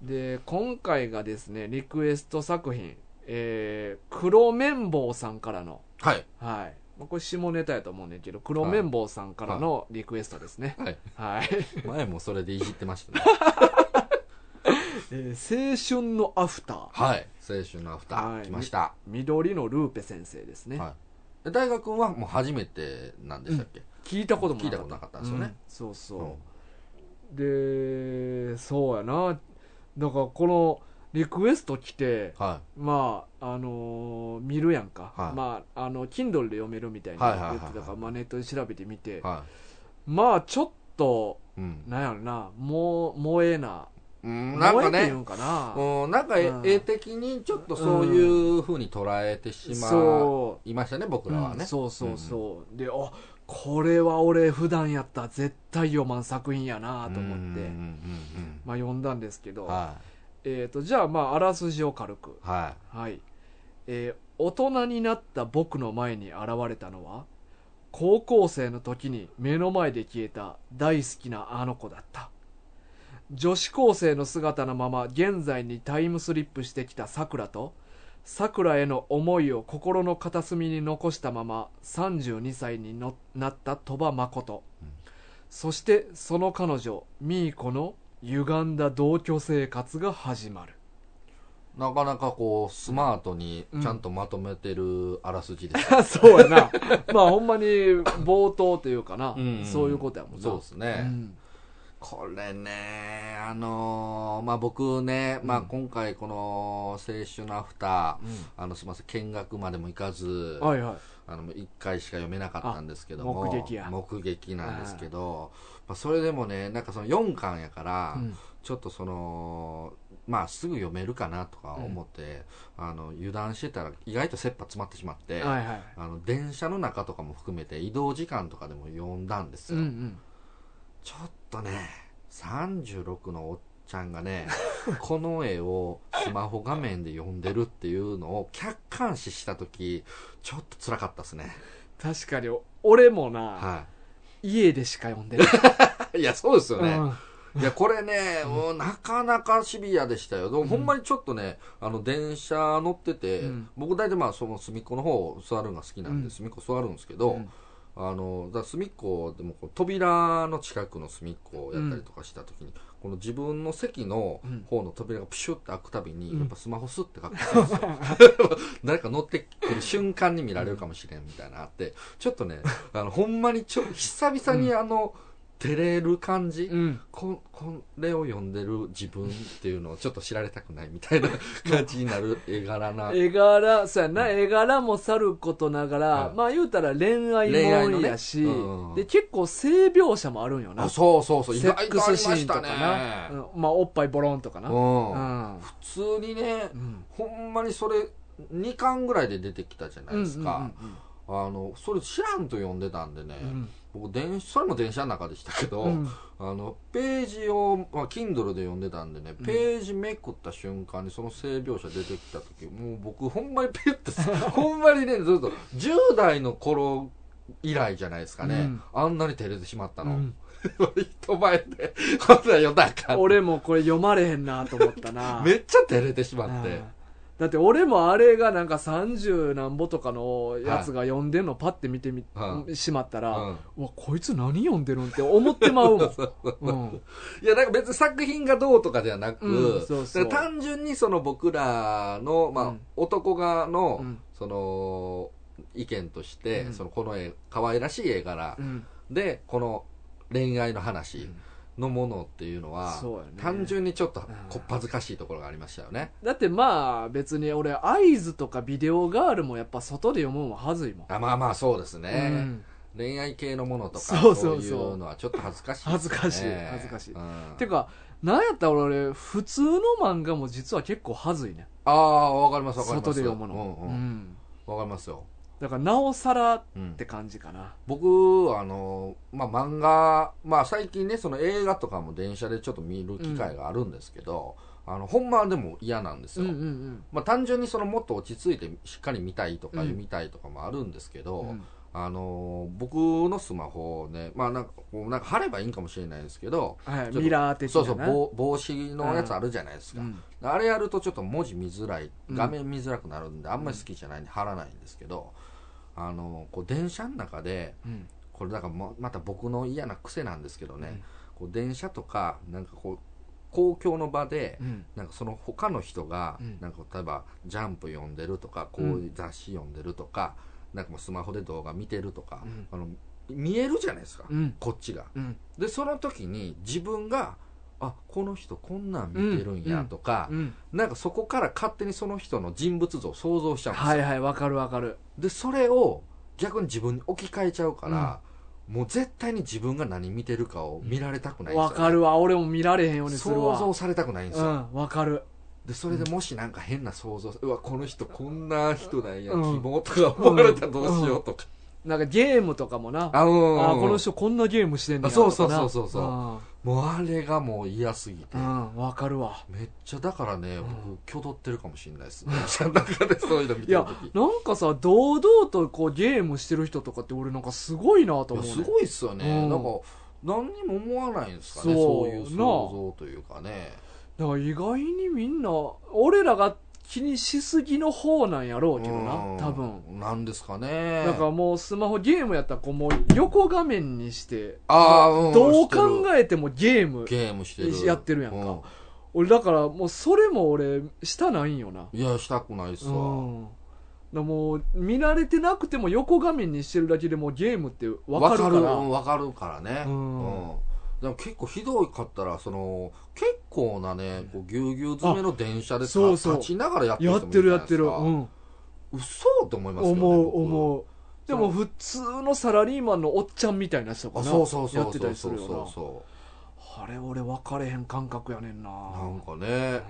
A: で今回がですねリクエスト作品えー黒綿棒さんからの
B: はい
A: はいまあこれ下ネタやと思うねんけど黒綿棒さんからのリクエストですね
B: はい
A: はい
B: 前もそれでいじって ましたね
A: えー青春のアフター
B: はい青春のアフタ
A: はい
B: ー来ました
A: 緑のルーペ先生ですね、
B: はい大学君はもう初めてなんでしたっけ
A: 聞いたことも
B: 聞いたことなかったんですよね
A: うんそう
B: う
A: そう、でそうやなだからこのリクエスト来て
B: んは
A: まああのー見るやんか、
B: はい
A: まああの Kindle で読めるみたいに
B: は
A: 言っ
B: いはいはいはい
A: てたからまあネットで調べてみて
B: いは
A: まあちょっと
B: いうん
A: なんやろなもう萌えな
B: うんなん
A: 萌え
B: か
A: ってい
B: ね
A: うんかな、
B: うんなんか絵
A: うん
B: 絵的にちょっとそういうふうに捉えてしま
A: そう
B: いましたね僕らは
A: うん
B: ね
A: そうそうそう、であこれは俺普段やったら絶対読まん作品やなと思って、
B: うんうんうん
A: まあ、読んだんですけ
B: う
A: ど、
B: んはい
A: えー、とじゃあまああらすじを軽く
B: は
A: はい、えー大人になった僕の前に現れたのは高校生の時に目の前で消えた大好きなあの子だった女子高生の姿のまま現在にタイムスリップしてきたさくらとさくらへの思いを心の片隅に残したまま32歳にのなった鳥羽誠、
B: うん
A: そしてその彼女ミーコの歪んだ同居生活が始まる
B: なかなかこう、スマートにちゃんとまとめてるあらすじです。
A: あ そうやなまあほんまに冒頭というかな、
B: ん
A: そういうことやもんな
B: そうですね。
A: うん
B: これね、あのーまあ、僕ね、まあ、今回この、青春のアフター、あの、すみません、見学までも行かず、
A: はいはい
B: あの、1回しか読めなかったんですけど
A: あ
B: も、
A: 目撃や
B: 目撃なんですけど、まあ、それでもね、なんかその4巻やから、
A: うん
B: ちょっとその、まあ、すぐ読めるかなとか思って、あの、油断してたら意外と切羽詰まってしまって、
A: はいはい
B: あの、電車の中とかも含めて移動時間とかでも読んだんです
A: う
B: よ。
A: んうん
B: ちょっとね、36のおっちゃんがね、 この絵をスマホ画面で読んでるっていうのを客観視したとき、ちょっと辛かったですね。
A: 確かに俺もな、
B: は
A: 家でしか読んでない、
B: い。いや、そうですよ
A: う
B: ね。
A: ん
B: いや、これね、もうなかなかシビアでしたよ。でも、ほんまにちょっとね、あの、電車乗ってて、
A: うん
B: 僕大体まあ、その隅っこの方座るのが好きなんで、
A: うん
B: 隅っこ座るんですけど、
A: うん
B: あのだから隅っこでもこう扉の近くの隅っこをやったりとかした時に、この自分の席の方の扉がプシュッて開くたびに、
A: うん
B: やっぱスマホスッて書くんです よ誰か乗ってくる瞬間に見られるかもしれんみたいなのあってちょっとねあのほんまにちょ久々にあの、照れる感じ、
A: うん
B: ここれを読んでる自分っていうのをちょっと知られたくないみたいな感じになる絵柄な
A: 絵柄そうやな、絵柄もさることながら、
B: うん
A: まあ言うたら恋愛
B: 恋愛
A: も
B: の
A: ん
B: ね
A: やし、
B: うん
A: で結構性描写もあるんよな
B: あそうそうそう意
A: セッ
B: 外
A: ク
B: とあり
A: ス
B: ま
A: シーン
B: し
A: と
B: た
A: か
B: ね
A: な、うんまあおっぱいボロンとかな、
B: うん
A: うん
B: 普通にね、
A: うん
B: ほんまにそれ2巻ぐらいで出てきたじゃないですか、あのそれ知らんと読んでたんでね、
A: うんうんうん
B: 僕電それも電車の中でしたけど、
A: うんうん
B: あのページを、まあ、Kindle で読んでたんでね
A: うん
B: ページめくった瞬間にその性描写出てきた時もう僕ほんまにピュッて さほんまにねずっと10代の頃以来じゃないですかね、
A: うん
B: あんなに照れてしまった
A: う
B: の、
A: ん
B: 人前でこんなん読んだらあかん
A: 俺もこれ読まれへんなと思ったな
B: めっちゃ照れてしまって、
A: うんだって俺もあれがなんか30何ぼとかのやつが読んでんのパッて見てみ、
B: は
A: しまったら、
B: う
A: うんわこいつ何読んでるんって思ってまうも んうん
B: いや、なんか別に作品がどうとかではなく、
A: うんそうそう
B: だから単純にその僕らの、まあ、
A: うん
B: 男側の、
A: うん
B: その、意見として、
A: うん
B: そのこの絵、可愛らしい絵柄
A: うん
B: で、この恋愛の話のものっていうのは、
A: そうやね
B: 単純にちょっと
A: ん
B: こっぱずかしいところがありましたよね。
A: だってまあ別に俺合図とかビデオガールもやっぱ外で読むのはずいもん、
B: あまあまあそうですね、
A: うん
B: 恋愛系のものとか
A: そうそうそう
B: いうのはちょっと恥ずかしい、
A: 恥ずかしい恥ずかしい
B: うん
A: てかなんやったら俺普通の漫画も実は結構はずいね
B: ああわかりますわかります
A: 外で読むの
B: うんう
A: う
B: ん
A: ん
B: わかりますよ、
A: だからなおさらっ
B: うん
A: て感じかな
B: 僕あの、まあ、漫画、まあ、最近ねその映画とかも電車でちょっと見る機会があるんですけど、あのほんまでも嫌なんです
A: うん
B: よ、
A: うんうん
B: まあ、単純にそのもっと落ち着いてしっかり見たいとか
A: うん
B: 読みたいとかもあるんですけど、
A: うん
B: あの僕のスマホをね、まあ、なんかこうなんか貼ればいいんかもしれないですけど
A: はい
B: ちょっと
A: ミラー的な
B: そうそう
A: な
B: 帽帽子のやつあるじゃないです
A: う
B: か、
A: ん
B: あれやるとちょっと文字見づらい
A: うん
B: 画面見づらくなるんであんまり好きじゃないんで貼らないんですけど、あのこう電車の中で
A: うん
B: これだからままた僕の嫌な癖なんですけどね、こう電車とかなんかこう公共の場で、
A: うん
B: なんかその他の人が、
A: うん
B: なんか例えば「ジャンプ」読んでるとかこういう雑誌読んでるとか、なんかもうスマホで動画見てるとか、
A: うん
B: あの見えるじゃないですか、
A: うん
B: こっちが。
A: うん
B: でその時に自分が「あこの人こんなん見てるんや」とか、
A: うん
B: なんかそこから勝手にその人の人物像を想像しちゃうんですよ
A: はいはいわかるわかる
B: でそれを逆に自分に置き換えちゃうから、もう絶対に自分が何見てるかを見られたくないんですよ
A: わかるわ俺も見られへんようにする
B: 想
A: わ
B: 像されたくないんです
A: う
B: よ、
A: んわかる
B: でそれでもしなんか変な想像うわこの人こんな人なんや、
A: うん
B: 希望とか思われたらどうしようとか、
A: なんかゲームとかもな
B: あうんうんうん
A: あこの人こんなゲームしてんねや
B: あそうそう
A: とかな
B: そうそうそう
A: うん
B: もうあれがもう嫌すぎて、
A: うんわかるわ
B: めっちゃだからね、
A: ん
B: 僕、挙動ってるかもしれないです ね。中でそういうの見
A: い
B: てる
A: や
B: とき。い
A: なんかさ堂々とこうゲームしてる人とかって俺なんかすごいなと思
B: や
A: う、ね、
B: すごいっすよね。
A: うん
B: なんか、何にも思わないんですかね。
A: そう
B: そういう想像というかね。
A: だから意外にみんな俺らが気にしすぎの方なんやろうけど
B: う
A: なん多分。
B: なんですかね。
A: なんかもうスマホゲームやったらこうもう横画面にして
B: あーうん
A: どう
B: 知ってる
A: 考えてもゲーム
B: ゲームしてる。
A: やってるやんか
B: う
A: 俺だからもうそれも俺したないんよな
B: うんいや、したくないっすわ。
A: んだからもう見慣れてなくても横画面にしてるだけでもうゲームってわかるから
B: うんわかるからね。
A: うん
B: うんでも結構ひどいかったら、その、結構なね、こうぎゅうぎゅう詰めの電車で
A: あそうそう
B: 立ちながらやって
A: や
B: る
A: っ
B: 人もい
A: てる
B: じゃ
A: や
B: な
A: っ
B: いで
A: て
B: す
A: る、う
B: か
A: ん、
B: 嘘と思いますよね
A: 思う
B: 僕
A: 思うでも普通のサラリーマンのおっちゃんみたいな人か
B: あ
A: な
B: そうそうそう
A: やってたりする
B: そうそう
A: よ
B: そ
A: なあれ俺分かれへん感覚やねんな
B: うなんかね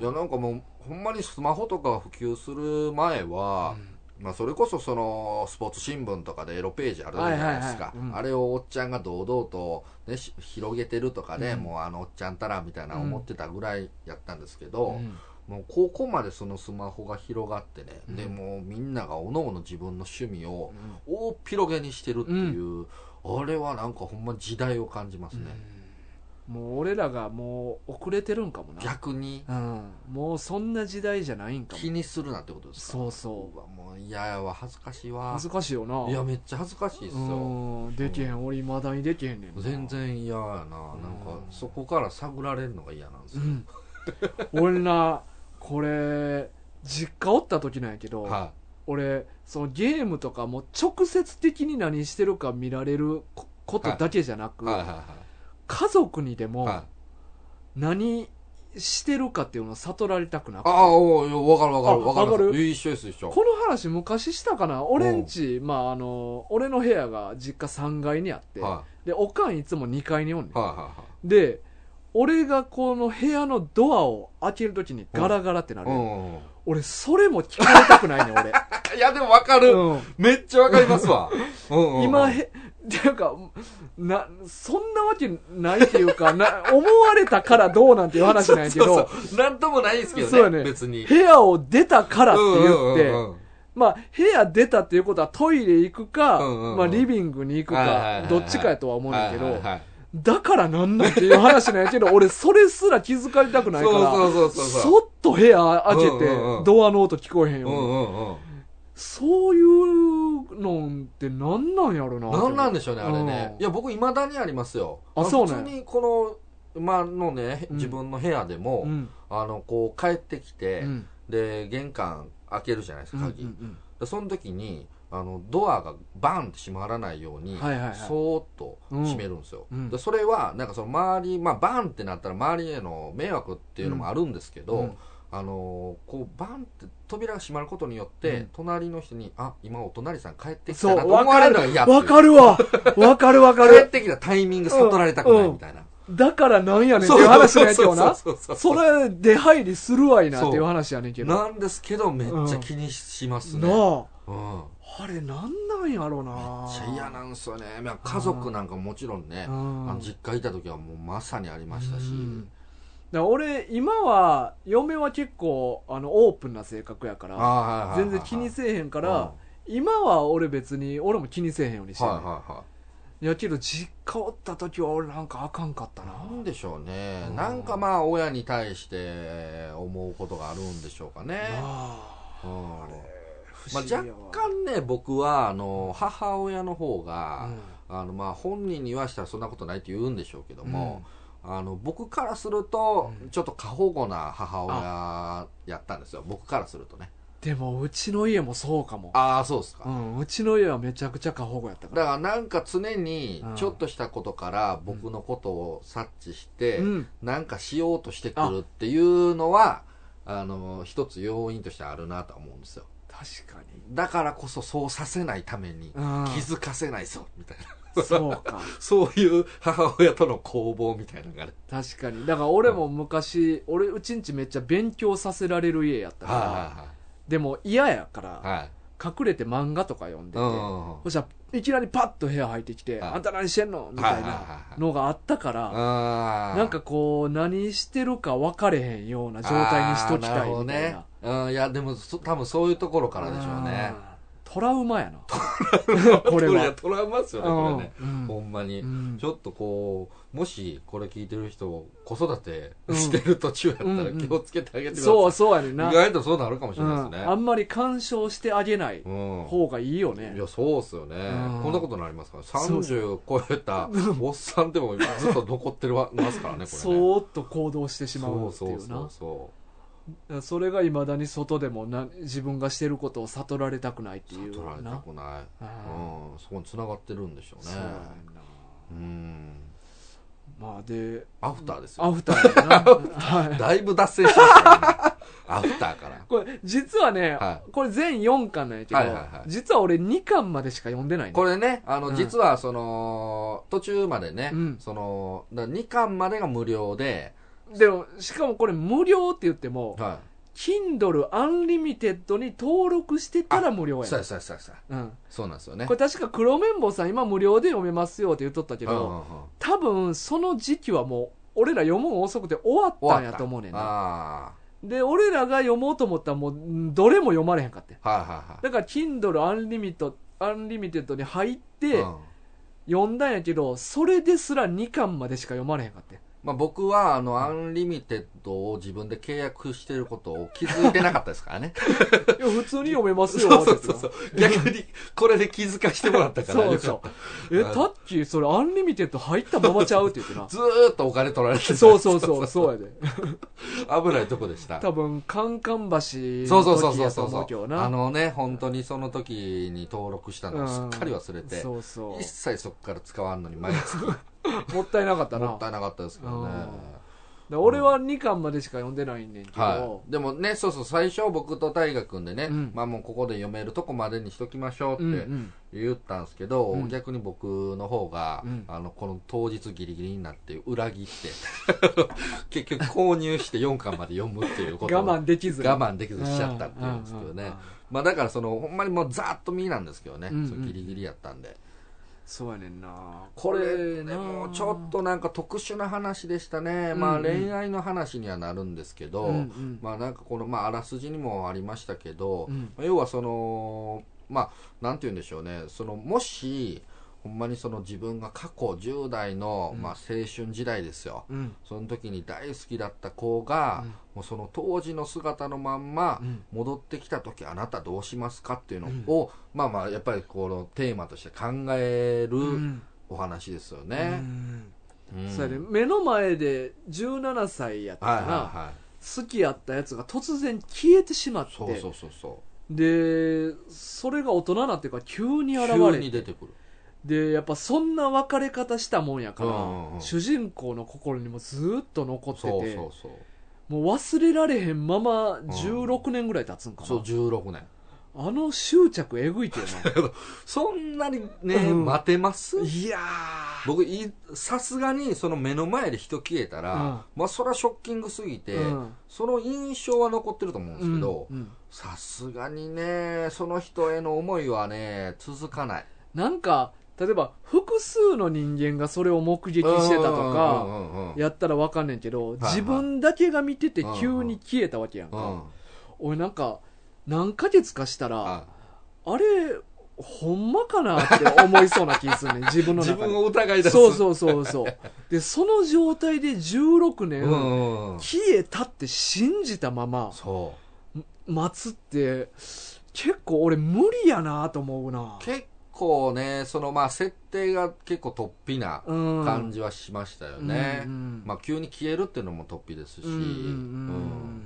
B: いやなんかもうほんまにスマホとかが普及する前は、まあ、それこそそのスポーツ新聞とかでエロページあるじゃないですか、
A: はいはいはいうん
B: あれをおっちゃんが堂々と、ね、し広げてるとかね、
A: うん
B: もうあのおっちゃんたらみたいな思ってたぐらいやったんですけ
A: う
B: ど、
A: ん
B: もうここまでそのスマホが広がってね、
A: うん
B: でもうみんながおのおの自分の趣味を
A: うん
B: 大広げにしてるっていう、あれはなんかほんま時代を感じますね、
A: うんもう俺らがもう遅れてるんかもな、
B: 逆に
A: うん、もうそんな時代じゃないんかも
B: 気にするなってことですか
A: そうそう
B: わもう嫌やわ恥ずかしいうわ
A: 難しいよない
B: やめっちゃ恥ずかしいっすよ
A: うんできへん俺いまだにできへんねんな
B: 全然嫌やななんかそこから探られるのが嫌なんです
A: う
B: よ、
A: ん俺なこれ実家おった時なんやけど、
B: は、
A: 俺そのゲームとかも直接的に何してるか見られるこことだけじゃないく、
B: はいはい
A: 家族にで
B: はいはい
A: も何してるかっていうのを悟られたくなくて
B: ああおういやわかるわかる
A: あ
B: わかる
A: わかる
B: いや一緒です一緒
A: この話昔したかな俺んち、まあ、あの俺の部屋が実家3階にあって、
B: は
A: でおかんいつも2階におんねん
B: い、はいはい
A: で俺がこの部屋のドアを開けるときにガラガラってなる
B: はい
A: やん、
B: うんうん
A: 俺それも聞かれたくないねん 俺
B: いや、でもわかる、
A: う
B: めっちゃわかりま すわ。うんうん
A: ん、今へっていうかなそんなわけないっていうかな思われたからどうなんていう話なんやけど
B: そうそうそうなんともないですけどね。
A: そうやね
B: 別に。
A: 部屋を出たからって言って、
B: うんうんうん
A: まあ部屋出たっていうことはトイレ行くか、
B: うんうんうん
A: まあ、リビングに行く
B: はいはいはい
A: か
B: は
A: ど
B: い
A: っちかやとは思うんだけど、
B: はいはいはい
A: だからなんなんっていう話なんやけど俺それすら気づかれたくないから
B: そうそうそうそうそう
A: そっと部屋開けて、
B: うんうんうん
A: ドアの音聞こえへんよ
B: う
A: うに、
B: んうんうん。
A: そういうのってなんなんやろな
B: なんなんでしょうね、あれね
A: う。ん
B: いや、僕、未だにありますよ。
A: あそうなんや
B: 普通に、この、まあのね、
A: うん
B: 自分の部屋でも、
A: うん
B: あの、こう、帰ってきて、
A: うん
B: で、玄関開けるじゃないですか、鍵。
A: うん
B: でその時に、あの、ドアがバンって閉まらないように、
A: はいはいはい
B: そーっと閉めるんですよ。
A: うんうん
B: でそれは、なんかその周り、まあ、バンってなったら周りへの迷惑っていうのもあるんですけど、
A: うんうん
B: あのーこうバンって扉が閉まることによって、
A: うん
B: 隣の人に、あ、今お隣さん帰ってきた
A: そ
B: なと
A: う、
B: 思
A: わ
B: わ
A: か
B: れる
A: る
B: のが嫌。っていう
A: わかる わ。わかるわか
B: 帰っ
A: る。
B: てきたタイミング悟られたくないみたいな。
A: だからなんやねんっていう話なんやけどな。
B: そうそうそうそう
A: それで入りするわいなっていう話やねんけど。な
B: なんですけど、めっちゃ気にしますね。うん。
A: あ。あれなんなんやろな。
B: めっちゃ嫌なんですよね。まあ家族なんかもちろんね、
A: うん
B: あの実家いた時はもうまさにありました
A: う
B: し。
A: んだから俺、今は、嫁は結構、あの、オープンな性格やか
B: あ
A: ら、
B: あはいはいはいは
A: 全
B: い
A: 然気にせえへんか
B: うん
A: ら、今は俺別に、俺も気にせえへんようにしてんねん
B: はいはいはい。
A: やけど、実家おった時は俺なんかあかんかったな。
B: なんでしょうね、
A: うん
B: なんかまあ親に対して思うことがあるんでしょうかね、
A: なあ
B: うん
A: 不
B: まあ、
A: 思議や
B: 若
A: わ
B: 干ね僕はあの母親の方が、
A: うん
B: あのまあ本人にはしたらそんなことないって言うんでしょうけども、あの僕からすると
A: うん
B: ちょっと過保護な母親やったんですよ僕からするとね
A: でもうちの家もそうかも
B: ああそうですか、
A: うんうちの家はめちゃくちゃ過保護やったから
B: だからなんか常に
A: うん
B: ちょっとしたことから僕のことを察知して、
A: うん
B: なんかしようとしてくるっていうのは、あの、一つ要因としてあるなとは思うんですよ。
A: 確かに
B: だからこそそうさせないために、
A: うん
B: 気づかせないぞ、みたいな。
A: そうか
B: そういう母親との攻防みたいなのがね。
A: 確かにだから俺も昔俺うちんちめっちゃ勉強させられる家やったから
B: は
A: でも嫌やか
B: い
A: ら
B: はいはい。はい。
A: 隠れて漫画とか読んでて、
B: うん
A: そしたらいきなりパッと部屋入ってきて「
B: はい
A: あんた何してんの?」みたい
B: はいはいはい
A: な
B: はい
A: のがあったから
B: あー
A: なんかこう何してるか分かれへんような状態にしときたいみたいな
B: あーるほどねうんいやでもそ多分そういうところからでしょうね
A: あートラウマや なこれは
B: やトラウマですよねこれね
A: うん
B: ほんまに、
A: うん
B: ちょっとこうもしこれ聞いてる人子育てしてる途中やった
A: うん
B: ら
A: うん
B: 気をつけてあげてください、
A: そうそうやねんな
B: 意外とそうなるかもしれないで
A: う
B: す
A: んあ
B: ね
A: んまり干渉してあげない
B: うん、
A: 方がいいよね
B: いやそうっすよね、
A: うん
B: こんなことになりますから
A: そうそ
B: 30超えたおっさんでもずっと残ってるわますからね これね
A: そーっと行動してしま
B: そうう
A: って
B: そ
A: いうう
B: そう
A: な
B: そ
A: それがいまだに外でもな自分がしてることを悟られたくないっていう
B: う取られた
A: な
B: くない、
A: うん
B: うん、そこに繋がってるんでしょうね
A: そうやな
B: うん
A: まあで
B: アフターです
A: ア
B: よ
A: フターやな はい
B: だいぶ脱線しまし たよねアフターから
A: これ実はね、
B: は
A: これ全4巻なんやけど、
B: はいはいはい
A: 実は俺2巻までしか読んでないね
B: これね、あの、
A: うん
B: 実はその、途中までね、
A: うん
B: その、2巻までが無料で、
A: でもしかもこれ無料って言っても、
B: は
A: Kindle Unlimited に登録してたら無料
B: い。
A: や
B: そう
A: ね
B: やそうやそうやそうや
A: うん
B: そうなんですよね。
A: これ確か黒綿棒さん今無料で読めますよって言っとったけ
B: うんう
A: ど、
B: んうん
A: 多分その時期はもう俺ら読むん遅くて終わったんやと思うねんな
B: あ
A: で俺らが読もうと思ったらもうんどれも読まれへんかってん
B: あ、はいはい
A: だから Kindle Unlimited, Unlimited に入って、
B: はい。うん
A: 読んだんやけどそれですら2巻までしか読まれへんかってん
B: まあ、僕は、あの、アンリミテッドを自分で契約してることを気づいてなかったで すからね。
A: いや普通に読めますよ
B: そうそうそうそ
A: っ
B: う。逆に、これで気づかしてもらった
A: て
B: か ら
A: そう
B: よかっ
A: そ
B: た。
A: うえタッキーそれアンリミテッド入ったままちゃうって言ってな
B: ずーっとお金取られて た
A: そうそうそうそうやで
B: 危ないとこでした。
A: 多分カンカン橋
B: そうそ
A: の
B: うそう
A: 時
B: そ
A: や
B: う
A: と
B: そう
A: 思
B: そう
A: けど
B: う。
A: な
B: あのね、本当にその時に登録したのをす
A: うん
B: っかり忘れて、
A: そうそ
B: 一切そこから使わんのに毎月も
A: うもったいなかった な
B: ったいなかったですけどね。
A: で俺は2巻までしか読んでないんねんけど、
B: はい、でもね、そうそう、最初僕と大河君でね、
A: うん
B: まあもうここで読めるとこまでにしときましょ
A: うん
B: う
A: う
B: って
A: ん
B: 言ったんですけど、
A: うん
B: 逆に僕の方が、
A: うん
B: あの、この当日ギリギリになって裏切って、 結局購入して4巻まで読むっていうことを
A: 我慢できず
B: 我慢できずしちゃったっていうんですけど
A: うんうん
B: ね
A: うん。
B: まあだからその、ほんまにもうざーっと見なんですけどね。
A: うんうん
B: そうギリギリやったんで。
A: そうやねんな
B: これね、
A: な
B: もうちょっとなんか特殊な話でしたね。
A: う
B: まあ
A: んうん
B: 恋愛の話にはなるんですけど、
A: うんうん
B: まあなんかこの、まああらすじにもありましたけど、
A: うん
B: まあ要はその、まあなんて言うんでしょうね。その、もし、ほんまにその自分が過去10代の、
A: うん
B: まあ青春時代ですよ。
A: うん
B: その時に大好きだった子が、
A: うん
B: もうその当時の姿のまんま
A: うん
B: 戻ってきた時あなたどうしますかっていうの
A: うん
B: を、まあまあやっぱりこのテーマとして考え
A: う
B: る
A: ん
B: お話ですよ
A: う
B: ね。
A: ん
B: うん
A: そうやね目の前で17歳やった
B: はい
A: か
B: はい
A: ら、
B: はい。
A: 好きやったやつが突然消えてしまって
B: そうそうそうそ
A: でそれが大人になっていうから急に
B: う。
A: 現
B: 急
A: れ
B: に
A: て
B: 出てくる。
A: でやっぱそんな別れ方したもんやから、
B: うんうんうん
A: 主人公の心にもずっと残ってて
B: そうそうそう。
A: もう忘れられへんまま
B: ん
A: 16年ぐらい経つんかな、
B: そう16年。
A: あの執着えぐいけど
B: そんなにね、
A: うん
B: 待てます
A: ないや
B: 僕いさすがにその目の前で人消えたら、
A: うん
B: まあそれはショッキングすぎて、
A: うん
B: その印象は残ってると思うんですけど、
A: うんうん
B: さすがにねその人への思いはね続かない
A: なんか例えば複数の人間がそれを目撃してたと
B: う
A: か
B: んうんうんうん
A: やったらわかんねんけど、
B: はい
A: 自分だけが見てて急に消えたわけやんか、俺なんか何ヶ月かしたら、
B: あ
A: あれ、ほんまかなって思いそうな気するねん、自分の
B: 自
A: 中
B: 分
A: で。
B: を疑い出す
A: そうそうそうそう。で、その状態で16
B: う
A: 年、
B: んうんうん
A: 消えたって信じたまま
B: そ
A: 待つって、結構俺無理やなと思うな
B: う。結構ねそのまあ設定が結構突飛な
A: うん。
B: 感じはしましたよね、
A: うんうん
B: まあ、急に消えるっていうのも突飛ですし、
A: うんうん
B: うん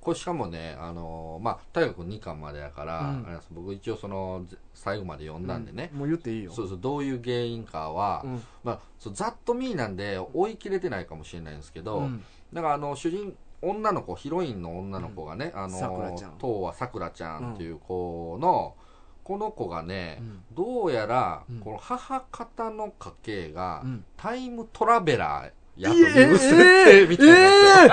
B: これしかもね、あのまあ、大学2巻までやから、
A: うん
B: あれなんです僕一応そのぜ最後まで読
A: うん
B: んだんでね、
A: もう言っていいよ。
B: そうそうどういう原因かは、
A: うん
B: まあ、そうざっと見なんで追い切れてないかもしれないんですけど、
A: うん
B: だからあの主人女の子ヒロインの女の子がね、あ
A: さくら
B: の
A: ちゃん
B: 当はさくらちゃんっていう子の、この子がね、
A: うん
B: どうやら、
A: うん
B: この母方の家系が、
A: うん
B: タイムトラベラーやと
A: いえ
B: いう設定みたいな、
A: えええ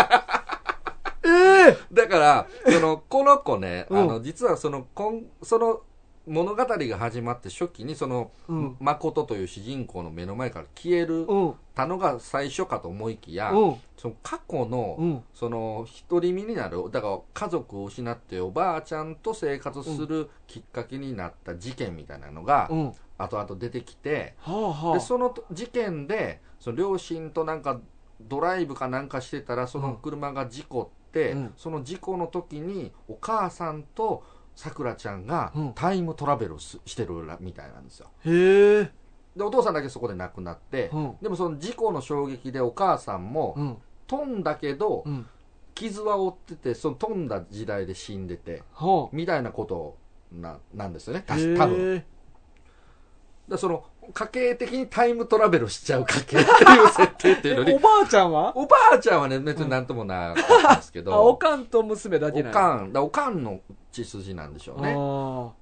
A: え
B: だからそのこの子ね、
A: うん
B: あの実はそのこんその物語が始まって初期にその、
A: うん
B: 誠という主人公の目の前から消える
A: うん
B: たのが最初かと思いきや、
A: うん
B: その過去の、
A: うん
B: その独り身になるだから家族を失っておばあちゃんと生活するきっかけになった事件みたいなのが、
A: うんは
B: 後々出てきて、
A: あは
B: で
A: あ
B: その事件でその両親となんかドライブかなんかしてたらその車が事故って、
A: うん
B: その事故の時にお母さんとさくらちゃんが
A: うん
B: タイムトラベルをすしてるらみたいなんですよ
A: へえ
B: でお父さんだけそこで亡くなって、
A: うん
B: でもその事故の衝撃でお母さんも、
A: うん
B: 飛んだけど
A: うん
B: 傷は負っててその飛んだ時代で死んでて
A: は
B: みたいなことななんですよね
A: あ
B: たし多分
A: へえ
B: でその家系的にタイムトラベルしちゃう家系っていう設定っていうの
A: え
B: に
A: おばあちゃんは
B: おばあちゃんはね別になんともなかったんですけど、
A: あおかんと娘だけ
B: お
A: な
B: かんだおかんの血筋なんでしょう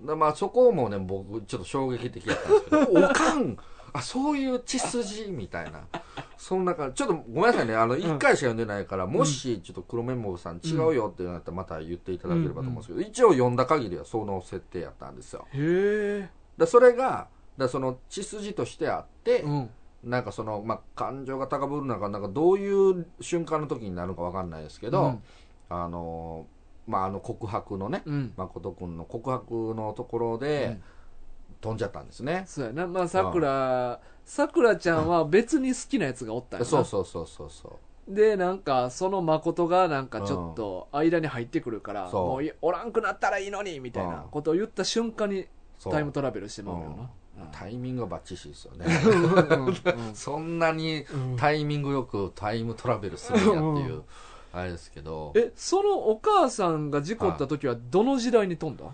A: ね
B: ねでまあそこもね僕ちょっと衝撃的だったんですけど おかんあそういう血筋みたいなそんな感じちょっとごめんなさいねあの1回しか読んでないから、もしちょっと黒メモさん違うよってなったらまた言っていただければと思うんですけど、一応読んだ限りはその設定やったんですよ
A: へえ
B: でそれがだその血筋としてあって、
A: うん
B: なんかその、まあ、感情が高ぶるのかなんかどういう瞬間の時になるのかわかんないですけど、
A: うん
B: あのーまあ、あの告白のね
A: うん
B: 誠君の告白のところで飛んじゃったんですね、
A: そうやなまあさくらさくらちゃんは別に好きなやつがおったんやな
B: そうそうそうそうそ
A: でなんかその誠がなんかちょっと間に入ってくるから、
B: そう
A: もういおらんくなったらいいのにみたいなことを言った瞬間に
B: うそう
A: タイムトラベルしてまうよな
B: タイミングがバッチシですよね
A: うんうんう ん
B: そんなに
A: うん
B: タイミングよくタイムトラベルするんやっていううあれですけど
A: えそのお母さんが事故った時はどの時代に飛んだ、
B: い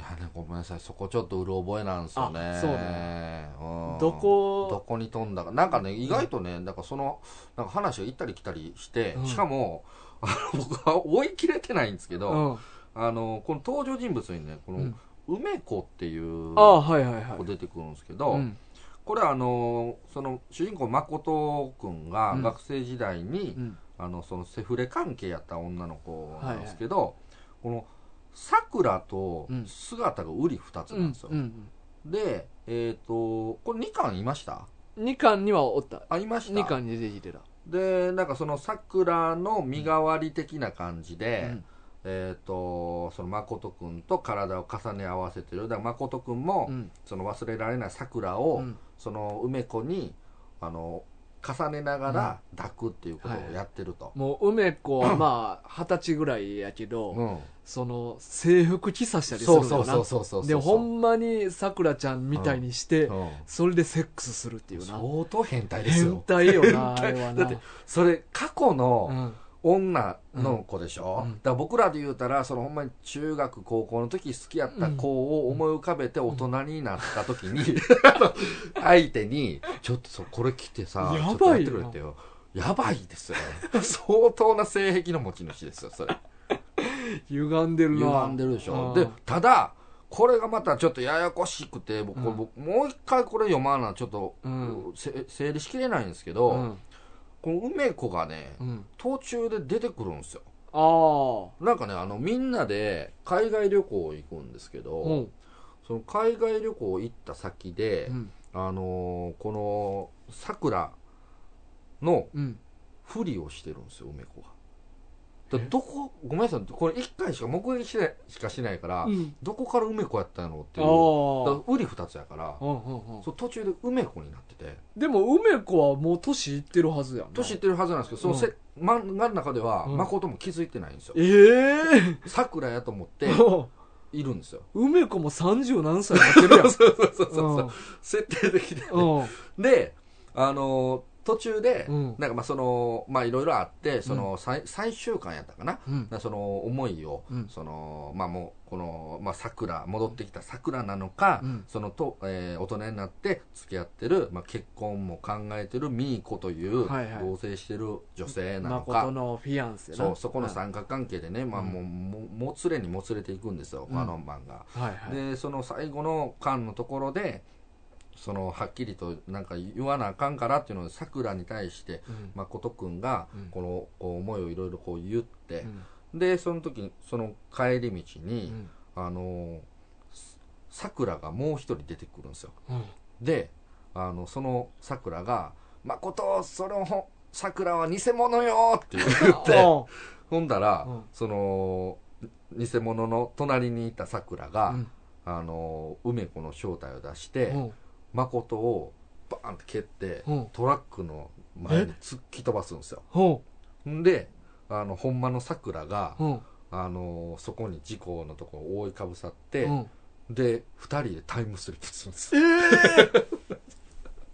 B: やねごめんなさいそこちょっとうろ覚えなんですよね
A: あそう
B: ね、うん
A: どこ
B: どこに飛んだかなんかね意外とねなんかそのなんか話が行ったり来たりして、
A: うん
B: しかもあの僕は追い切れてないんですけど、
A: うん、あ
B: あのこの登場人物にねこ
A: う
B: の
A: ん
B: 梅子っていう
A: あはいはいはい
B: 子出てくるんですけど、
A: うん
B: これはあのその主人公誠くんが
A: うん
B: 学生時代に、
A: うん
B: あのそのセフレ関係やった女の子なんですけど、このさくらと
A: うん
B: 姿が瓜二つ
A: う
B: なん
A: ん
B: ですよ、
A: うん
B: でえっ、とこれ2巻いました
A: 2巻にはおった
B: あいました
A: 2巻に出てきてた、
B: でなんかそのさくらの身代わり的な感じで、
A: うん
B: えっ、とその誠くんと体を重ね合わせてるだから誠くんも、
A: うん
B: その忘れられないさくらを、
A: うん
B: その梅子にあの重ねながら抱くっていうことをやってると、
A: もう梅子はまあ二十歳ぐらいやけど、
B: うん
A: その制服着さしたりするよ
B: そう
A: な
B: そうそうそうそうそう
A: でほんまにさくらちゃんみたいにして、
B: うん
A: それでセックスするっていうな
B: 相当変態です
A: 変
B: よ
A: 態よ なあれはな
B: だってそれ過去
A: う
B: の
A: ん
B: 女の子でしょ、
A: うんうん
B: だから僕らで言うたらそのほんまに中学高校の時好きやった子を思い浮かべて大人になった時に、 相手に「ちょっとそこれ着てさ
A: やばいよ
B: ちょっとやってくれ」ってよやばいですよ 相当な性癖の持ち主ですよそれ
A: 歪んでるな
B: 歪んでるでしょ
A: うん
B: でただこれがまたちょっとややこしくて僕,、
A: うん
B: 僕もう一回これ読まなちょっと、
A: うん
B: せ整理しきれないんですけ
A: う
B: ど、
A: ん
B: この梅子がね
A: うん
B: 途中で出てくるんですよ
A: ああ
B: なんかねあのみんなで海外旅行行くんですけど、
A: うん
B: その海外旅行行った先で、
A: うん
B: あのーこのさくらの
A: うん
B: ふりをしてるんですよ梅子がだからどこごめんなさいこれ1回しか目撃しないしかしないから、
A: うん
B: どこから梅子やったのって
A: あ
B: いうだから
A: あ
B: 瓜二つやから、
A: うんうんうん
B: そう途中で梅子になってて
A: でも梅子はもう年いってるはずやんな
B: 年いってるはずなんですけどそのせ、漫画の中では、
A: うん
B: 誠も気づいてないんですよ
A: ええ
B: さくらやと 思っているんですよ
A: 梅子も30何歳になってるやん
B: そうそうそう
A: うん
B: 設定的で、
A: うん
B: であのー途中で、
A: うん
B: なんかまあそのまあいろいろあってその、最最終巻やったかな
A: うん
B: なその思いを、
A: うん
B: そのまあもうこのまあ桜戻ってきた桜なのか、
A: うん
B: そのと、えー大人になって付き合ってる、まあ、結婚も考えてるミーコという、
A: はいはい
B: 同棲してる女性なの
A: 誠
B: か。
A: のフィアンセな
B: そうそこの
A: は
B: 三角関係でね、まあ、もうももつれにもつれていくんですよ、
A: うん
B: あの漫画、
A: いはいはい
B: でその最後の巻のところでそのはっきりとなんか言わなあかんからっていうのでさくらに対して
A: うん
B: 誠君が
A: うん
B: このこう思いをいろいろこう言って、
A: うん
B: でその時その帰り道
A: う
B: に、
A: ん
B: あのーさくらがもう一人出てくるんですよ
A: うん
B: であのそのさくらが「誠そのほさくらは偽物よ!」って言 って
A: あ
B: ほんだら、
A: うん
B: その偽物の隣にいたさくらが、
A: うん
B: あの梅子の正体を出して、
A: うん
B: 誠をバーンって蹴って、
A: うん
B: トラックの前に突っき飛ばすんですよ
A: うん
B: んであのほんまのさくらが、
A: うん
B: あのそこに事故のとこを覆いかぶさって、
A: うん
B: で2人でタイムスリップするんですよ
A: ええ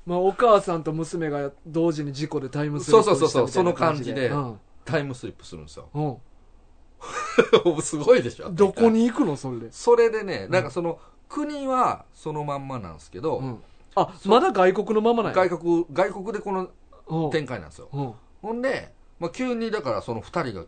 A: まあお母さんと娘が同時に事故でタイムスリップ
B: そうそうそうそう
A: したみたいな
B: その
A: うん
B: タイムスリップするんですよ
A: うん
B: すごいでしょ
A: どこに行くのそれで、
B: それでねなんかその、国はそのまんまなんですけど、
A: うん、あまだ外国のままない
B: 外国外国でこの
A: 国
B: 展開なんですよ、
A: うんうん
B: ほんで、まあ、急にだからその2人が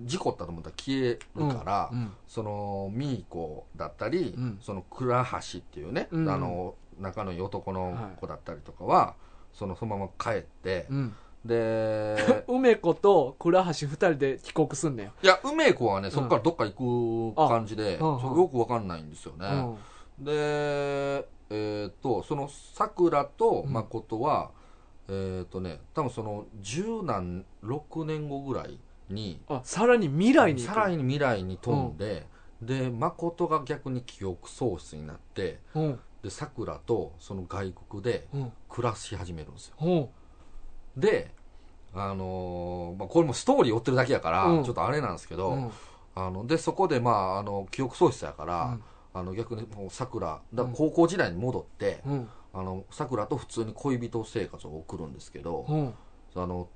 B: 事故ったと思ったら消えるから、
A: うん
B: そのミーコだったり、
A: うん
B: その倉橋っていうね、
A: うん
B: あの仲のいい男の子だったりとかは、そのそのまま帰って、
A: うん
B: で
A: 梅子と倉橋二人で帰国すんねん
B: いや梅子はねそこからどっか行く感じで、
A: うんあうん
B: そうよくわかんないんですよね、
A: うん
B: でえーっとそのさくらと誠は、えーっとね多分その十何6年後ぐらいに
A: あさらに未来に行
B: さ
A: く
B: らに未来に飛んで、で誠が逆に記憶喪失になって
A: うん
B: でさくらとその外国で
A: うん
B: 暮らし始めるんですよ
A: うん
B: であのーまあ、これもストーリー追ってるだけやから、
A: うん
B: ちょっとあれなんですけど、
A: うん
B: あのでそこでまああの記憶喪失やから、
A: うん
B: あの逆にもうさくらだから高校時代に戻って、
A: うん
B: あのさくらと普通に恋人生活を送るんですけど、
A: うん
B: あの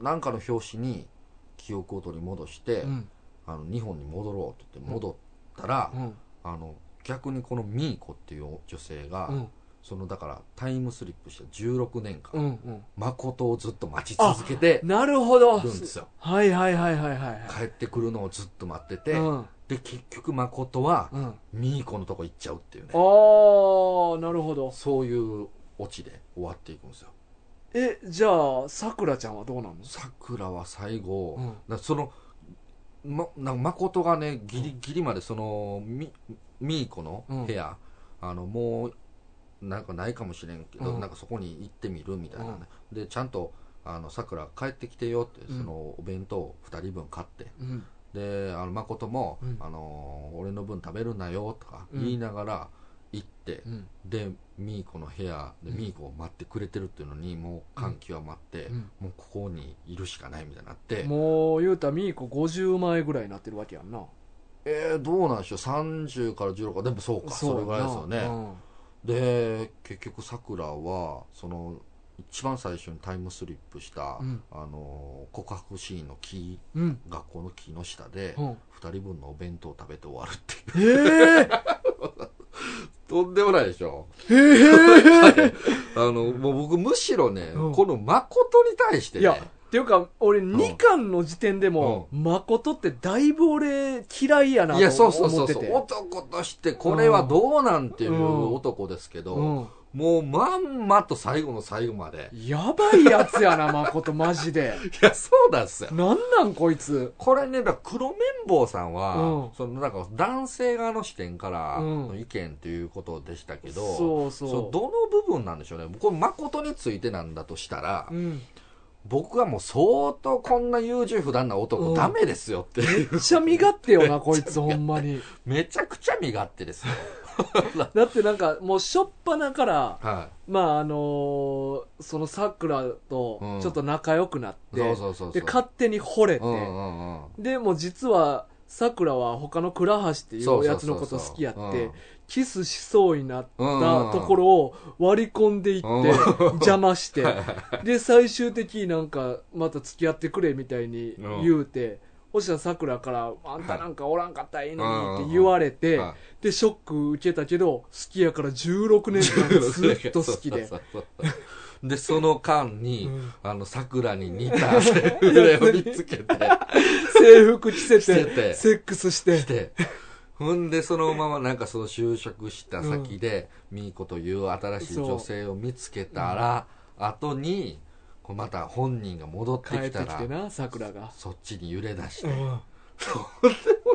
B: なんかの表紙に記憶を取り戻して、
A: うん
B: あの日本に戻ろうって言って戻ったら、
A: うん
B: あの逆にこのミーコっていう女性が、
A: うん
B: そのだからタイムスリップした16年間、
A: うん
B: 誠をずっと待ち続けて
A: なるほど
B: るんですよ
A: はいはいはいはいはいは
B: 帰ってくるのをずっと待って
A: い
B: て、
A: うん
B: で結局誠は
A: うん
B: ミーコのとこ行っちゃうっていうね
A: あーなるほど
B: そういうオチで終わっていくんですよ
A: えじゃあさくらちゃんはどうなの
B: さくらは最後、
A: うん
B: なそのまなんか誠がねギリギリまでそのみみーこの部屋、あのもうなんかないかもしれんけど、
A: うん
B: なんかそこに行ってみるみたいなね、でちゃんとあのさくら帰ってきてよって
A: うん
B: そのお弁当を2人分買って
A: うん
B: であの誠も、
A: うん
B: あの「俺の分食べるなよ」とか
A: うん
B: 言いながら行って、
A: うん
B: でミーコの部屋で
A: うん
B: ミーコを待ってくれてるっていうのにもう感極まって、
A: うん
B: もうここにいるしかないみたいになって、
A: もう言うたらミーコ50枚ぐらいになってるわけやんな
B: えー、どうなんでしょう30から16かでもそうかそれぐらいですよね、で結局さくらはその一番最初にタイムスリップした、
A: うん
B: あのー告白シーンの木
A: うん
B: 学校の木の下で、
A: う
B: 二
A: ん
B: 2人分のお弁当を食べて終わる っていう
A: ええ
B: とんでもないでしょ
A: え
B: あのもう僕むしろね、
A: うん
B: この誠に対して
A: えい
B: ね
A: やっていうか俺2巻の時点でも誠ってだいぶ俺嫌いやない
B: や、
A: と
B: そうそうそ
A: 思っ
B: う
A: て
B: そう。
A: て
B: 男としてこれはどうなんていう
A: うん
B: 男ですけど、
A: うん
B: もうまんまと最後の最後まで。
A: やばいやつやな誠マジで
B: いや、そうなんですよ。
A: なんなんこいつ
B: これね、だから黒綿棒さんは、
A: うん
B: そのなんか男性側の視点から
A: うん
B: の意見ということでしたけど、
A: そうそう
B: そうどの部分なんでしょうね。これ誠についてなんだとしたら、
A: うん
B: 僕はもう相当こんな優柔不断な男、
A: うん
B: ダメですよっていう、
A: めっちゃ身勝手よなこいつほんまに
B: めちゃくちゃ身勝 手ですよ。
A: だってなんかもうしょっぱなから
B: は
A: まああのーそのさくら
B: う
A: と
B: ん
A: ちょっと仲良くなっ
B: い。
A: て、
B: そうそうそうそう。
A: で勝手に惚れて、
B: うんうんうん。
A: でもう実はさくらは他の倉橋ってい
B: そ
A: う
B: うそうそうそう
A: やつのこと好きやって
B: うん
A: キスしそうになった
B: うんうんうん
A: ところを割り込んでいって、
B: うん
A: 邪魔してで最終的になんかまた付き合ってくれみたいに言うて、そしたらさくらから「あんたなんかおらんかったらいいのに」って言われて、
B: はい
A: でショック受けたけど好きやから16年 間ずっと好きで
B: そうそうそうそうでその間に、
A: うん
B: あの桜に似た セフレを見つけて
A: 制服着せ
B: 着せ
A: て
B: て
A: セックスして
B: してほんでそのままなんかその就職した先で、ミーコという新しい女性を見つけたら、後にこうまた本人が戻って
A: 帰っ
B: き
A: て
B: た
A: き
B: ら
A: てなさくらが、
B: そっちに揺れ出して、
A: う
B: とん、
A: ん
B: でも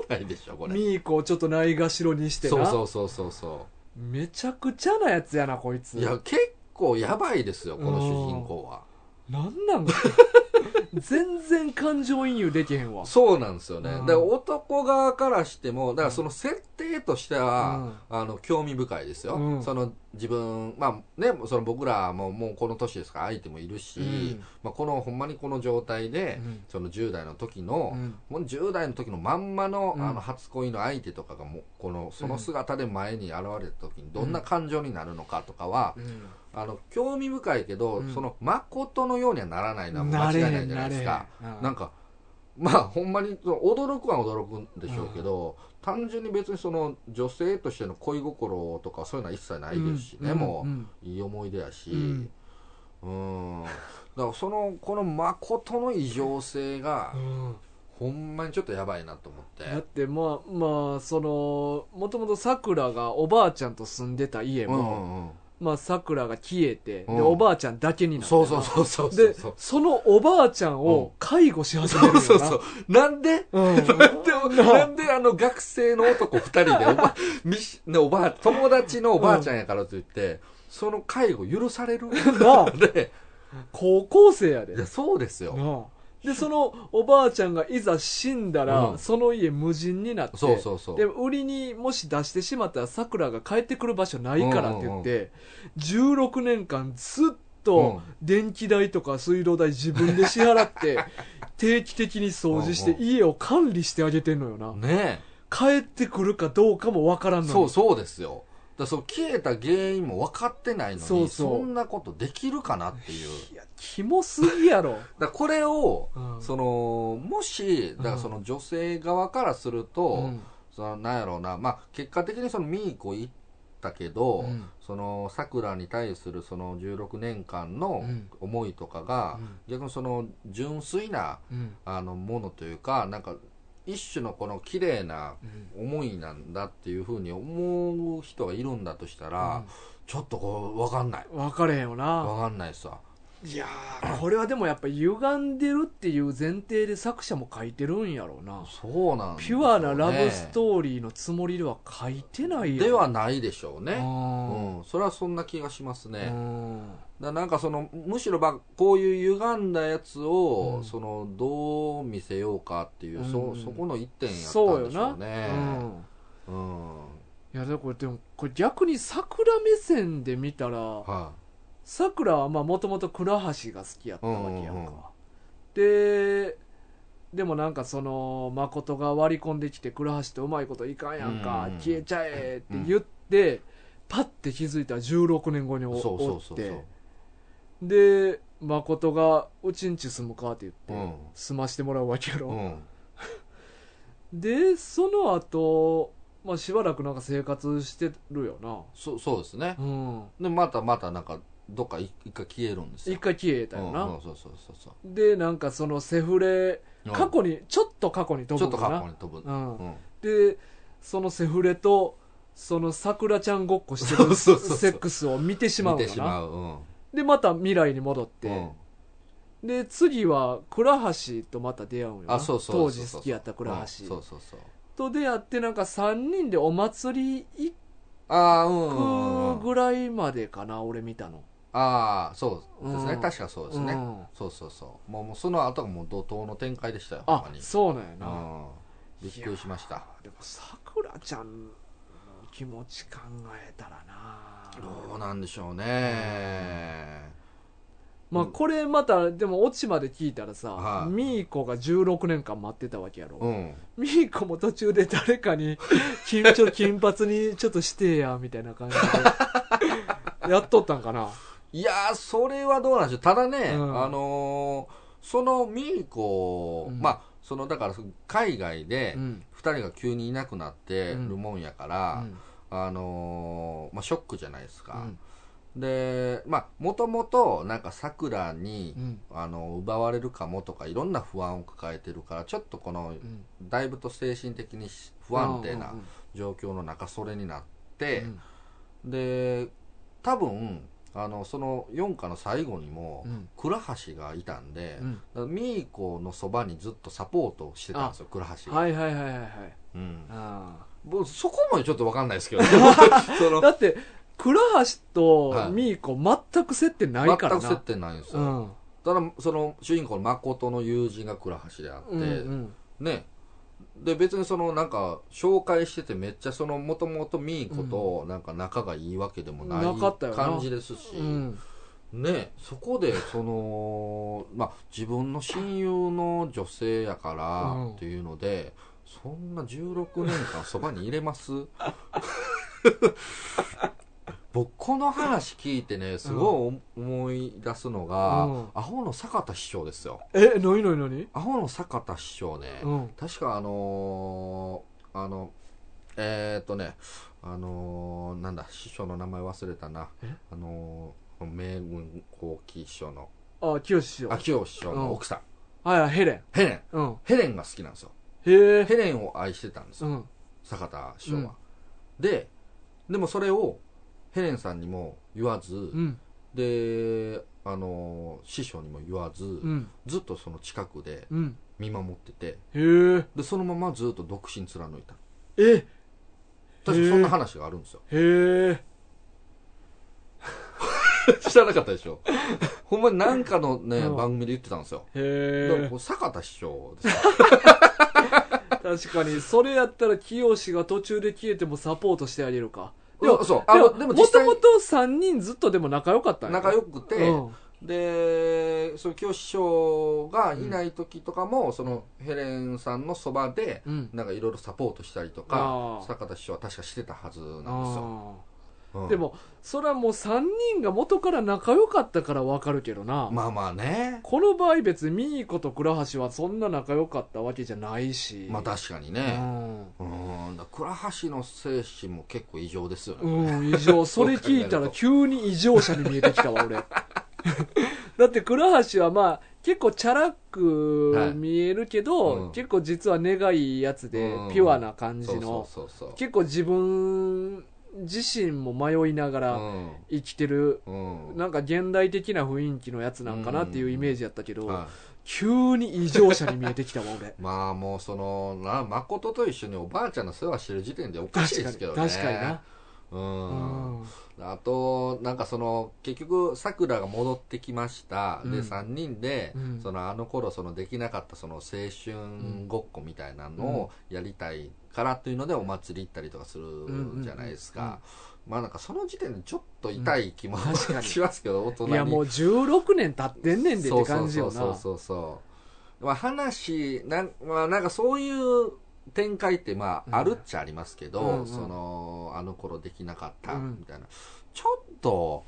B: ないでしょこれ
A: ミーコをちょっとないがしろにしてな
B: そうそうそうそうそう
A: めちゃくちゃなやつやなこいつ
B: いや結構やばいですよこの主人公は
A: なん なん全然感情移入できへんわ
B: そうなんですよね、
A: うん
B: で男側からしてもだからその設定としては、あの興味深いですよ、
A: うん
B: その自分まあねその僕らももうこの年ですから相手もいるし、
A: うん
B: まあ、このほんまにこの状態で、
A: うん
B: その10代の時の、
A: うん
B: もう10代の時のまんまの,、
A: うん
B: あの初恋の相手とかがもうこのその姿で前に現れた時にどんな感情になるのかとかは、あの興味深いけど、
A: うん
B: その誠のようにはならないのはもう間
A: なれ
B: 違い
A: へ
B: ない
A: ん
B: じゃな
A: ないれ
B: で
A: へ
B: す
A: ん
B: か。
A: うん
B: なんかまあほんまにその驚くは驚くんでしょうけど、単純に別にその女性としての恋心とかそういうのは一切ないですしね、
A: うん
B: もう、
A: うん
B: いい思い出やし
A: うん
B: うんだからそのこの誠の異常性が
A: うん
B: ほんまにちょっとやばいなと思って、
A: だってまあまあそのもともとさくらがおばあちゃんと住んでた家
B: うん
A: も、
B: うんうん
A: まあさくらが消えて、
B: うん
A: でおばあちゃんだけになってな
B: そうそうそうそうそう
A: で
B: そう
A: そのおばあちゃんを介護し始めるよな、
B: そうそうなんで
A: うん
B: なんでなんであの学生の男二人でおばみしねおばあ友達のおばあちゃんやからといって、その介護許される
A: なあ
B: で
A: 高校生やで
B: いやそうですよ
A: なあでそのおばあちゃんがいざ死んだら、
B: うん
A: その家無人になって
B: そうそうそう
A: で売りにもし出してしまったらさくらが帰ってくる場所ないからって言って、16年間ずっと電気代とか水道代自分で支払って 定期的に掃除して
B: うんう
A: 家を管理してあげてんのよな
B: ね
A: 帰ってくるかどうかもわから
B: え
A: んの
B: そう
A: に
B: そうですよだからそう消えた原因も分かってないのに
A: そうそう
B: そんなことできるかなっていう
A: いやキモすぎやろ、
B: だからこれを、
A: うん
B: そのもしだからその女性側からすると、
A: うん
B: そのなんやろうな、まあ、結果的にそのミーコ行ったけど、
A: うん
B: そのさくらに対するその16年間の
A: うん
B: 思いとかが、
A: うん
B: 逆にその純粋な
A: うん
B: あのものというかなんか一種のこの綺麗な
A: うん
B: 思いなんだっていうふうに思う人がいるんだとしたら、ちょっとこう分かんない
A: 分かれへんよな
B: 分かんないさ
A: いやーこれはでもやっぱ歪んでるっていう前提で作者も書いてるんやろうな
B: そうなんです
A: ピ
B: よね
A: ュアなラブストーリーのつもりでは書いてないよ
B: ではないでしょう
A: う
B: ね、
A: ん
B: うん、それはそんな気がします
A: う
B: ね、
A: ん
B: だなんかそのむしろばこういう歪んだやつ
A: う
B: を、
A: ん
B: そのどう見せようかっていう、
A: う
B: そ
A: ん
B: そこの一点やった
A: そう
B: ん
A: よ
B: でしょ
A: な
B: う
A: う
B: ね
A: ん
B: うん、
A: いやだからこれでもこれ逆に桜目線で見たら
B: は
A: 桜はまあもともと倉橋が好きやったわけやんか、
B: うんうんうん
A: ででもなんかその誠が割り込んできて倉橋ってうまいこといかんやんか、
B: うんうん
A: 消えちゃえって言って、パッて気づいたら16年後にお
B: い、そうそ
A: お
B: う
A: っ
B: そうそう
A: てで誠が「うちんち住むか」って言って、
B: うん
A: 住ましてもらうわけや
B: う
A: ろ、
B: ん
A: でその後、まあしばらくなんか生活してるよな
B: そそうですね
A: うん
B: でまたまたなんかどっか一一回消えるんですよ
A: 一回消えたよな、
B: うんうんそうそうそうそう
A: でなんかそのセフレ
B: うん
A: 過去にちょっと過去に飛
B: ちょ
A: ぶ
B: っ
A: のか
B: と過
A: な
B: 去に飛ぶ、
A: うん
B: うん
A: でそのセフレとその桜ちゃんごっこしてる
B: そうそうそう
A: セックスを見てしまう
B: 見
A: の
B: て
A: かな
B: しまう、うん
A: でまた未来に戻って、
B: うん
A: で次は倉橋とまた出会うんよな
B: あそうそう
A: 当
B: そ
A: 時
B: うそう
A: 好きやった倉
B: うん
A: 橋、
B: そうそうそう
A: と出会ってなんか3人でお祭り
B: ああうんうん
A: 行
B: うん
A: くぐらいまでかな俺見たの
B: ああそうですね、
A: うん
B: 確かそうですね、
A: うん
B: そうそうそうもうもうその後がもう怒涛の展開でしたよ
A: あ
B: ほんまに
A: そうなんやな、
B: うん、びっくりしました
A: でもさくらちゃんの気持ち考えたらな
B: どうなんでしょうね、
A: まあこれまたでもオチまで聞いたらさ、
B: はい
A: ミーコが16年間待ってたわけやろ、
B: うん
A: ミーコも途中で誰か に緊張金髪にちょっとしてやみたいな感じ でやっとったんかない
B: やーそれはどうなんでしょうただね、
A: うん
B: あのーそのミーコ、
A: うん
B: まあそのだから海外で
A: うん
B: 2人が急にいなくなってるもんやか
A: う
B: ら、
A: ん
B: あのーまあ、ショックじゃないです
A: う
B: か、
A: ん
B: でまあもともとなんかさくらに、
A: うん
B: あの奪われるかもとかいろんな不安を抱えてるからちょっとこの
A: うん
B: だいぶと精神的にし不安定な
A: うん
B: 状況の中それになっ
A: う
B: て
A: ん
B: で多分あのその4課の最後にも
A: うん
B: 倉橋がいたんで
A: う、ん
B: だからミーコのそばにずっとサポートをしてたんですよ倉橋が、
A: はいはいはいはいはい
B: うん、
A: あ
B: 僕そこまでちょっと分かんな いですけど、ね、その
A: だって倉橋
B: は
A: と
B: い
A: ミーコ全く接点ないから
B: 全
A: な
B: く接点ないんですよ、
A: うん
B: ただその主人公の誠の友人が倉橋であって、
A: うんうん
B: ねで別にそのなんか紹介しててめっちゃそのもともとミーコとなんか仲がいいわけでもな
A: なかったよ
B: い
A: な
B: 感じですし、
A: うん
B: ねそこでその、まあ、自分の親友の女性やから
A: うん
B: っていうので、そんな16年間そばに入れます 僕この話聞いてねすごい思い出すのが、
A: うん
B: アホの坂田師匠ですよ
A: え何何何
B: アホの坂田師匠ね、
A: うん
B: 確かあのーあのえー、っとねあのーなんだ師匠の名前忘れたな
A: え
B: あのー名軍後期師匠の
A: あ清志師匠
B: 秋吉師匠の奥さん、
A: はいはいヘレン
B: ヘレン
A: うん
B: ヘレンが好きなんですよ
A: へえ
B: ヘレンを愛してたんです
A: う
B: よ、
A: ん
B: 坂田師匠は、ででもそれをヘレンさんにも言わず、
A: うん
B: であのー師匠にも言わず、
A: うん
B: ずっとその近くで
A: うん
B: 見守ってて
A: へえ
B: でそのままずっと独身貫いた
A: え
B: 確かそんな話があるんですよ
A: へえ
B: 知らなかったで しょほんまに何かのね、
A: うん
B: 番組で言ってたんですよだから
A: へえ
B: こう坂田師匠で すよ
A: 確かにそれやったら清志が途中で消えてもサポートしてあげるかでも
B: うんそうあ
A: で
B: の
A: も
B: で
A: も
B: も実
A: と
B: 際
A: もと3人ずっとでも仲良かったんや
B: 仲良くて、
A: うん
B: でその清志師匠がいない時とかも、そのヘレンさんのそばで
A: うん
B: なんかいろいろサポートしたりと
A: あ
B: か
A: ー
B: 坂田師匠は確かしてたはずなんですよ、
A: あ
B: う
A: あ
B: ん
A: でもそれはもう3人が元から仲良かったから分かるけどな
B: まあまあね
A: この場合別にミーコと倉橋はそんな仲良かったわけじゃないし
B: まあ確かに
A: う
B: ね
A: ん
B: うんだから倉橋の精神も結構異常ですよね、
A: うん、異常。それ聞いたら急に異常者に見えてきたわ、 俺。だって、倉橋はまあ、結構チャラ
B: はい
A: く見えるけど、
B: うん
A: 結構実は根がいいやつで
B: うん、
A: ピュアな感じ
B: そう
A: の、
B: そうそうそう
A: 結構自分自身も迷いながら生きてる、
B: うんうん
A: なんか現代的な雰囲気のやつなんかなっていうイメージやったけど、
B: はい
A: 急に異常者に見えてきたわ、俺。
B: まあもうそのな誠と一緒におばあちゃんの世話してる時点でおかしい
A: 確か
B: で
A: に、
B: すけど
A: 確
B: ね
A: かにな。
B: うん、
A: うん
B: あとなんかその結局さくらが戻ってきました、
A: うん
B: で3人で、
A: うん
B: そのあの頃そのできなかったその青春ごっこみたいなのをやりたいからっていうのでお祭り行ったりとかするじゃないですか、
A: うんうんうん
B: まあなんかその時点でちょっと痛い気も、
A: うん確かに
B: しますけど大人に
A: いや、もう16年経ってんねんでっ
B: そ
A: て
B: うそう
A: 感じよな。
B: そうそうそう、まあ、話なん,、まあ、なんかそういう展開ってま
A: うん
B: ああるっちゃありますけど、
A: うんうん
B: そのあの頃できなかった
A: うん
B: みたいな、ちょっと、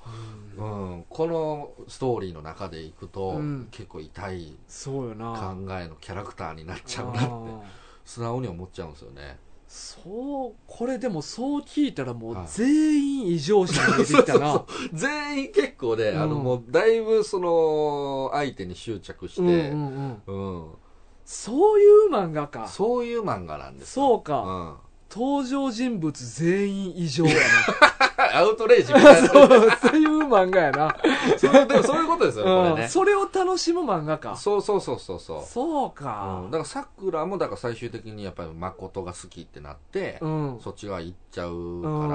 B: うん、このストーリーの中でいくと、
A: うん
B: 結構痛い
A: そうよ
B: 考
A: な
B: えのキャラクターになっちゃう
A: あ
B: なって
A: ー
B: 素直に思っちゃうんですよね
A: そうこれでもそう聞いたらもう
B: はい
A: 全員異常者に見えてきた な
B: 全員結構ね、あの
A: うん
B: もうだいぶその相手に執着して、
A: う
B: うん
A: うんんそういう漫画か
B: そういう漫画なんです
A: そう
B: う
A: か
B: ん、
A: 登場人物全員異常や
B: アウトレイジみ
A: な
B: たいな
A: そうそういう漫画やな
B: そうでもそういうことですよね、これ
A: うん
B: ね。
A: それを楽しむ漫画か
B: そうそうそうそうそう。
A: そう
B: うん、
A: か
B: だからさくらもだから最終的にやっぱり誠が好きってなって、
A: うん
B: そっち側行っちゃうか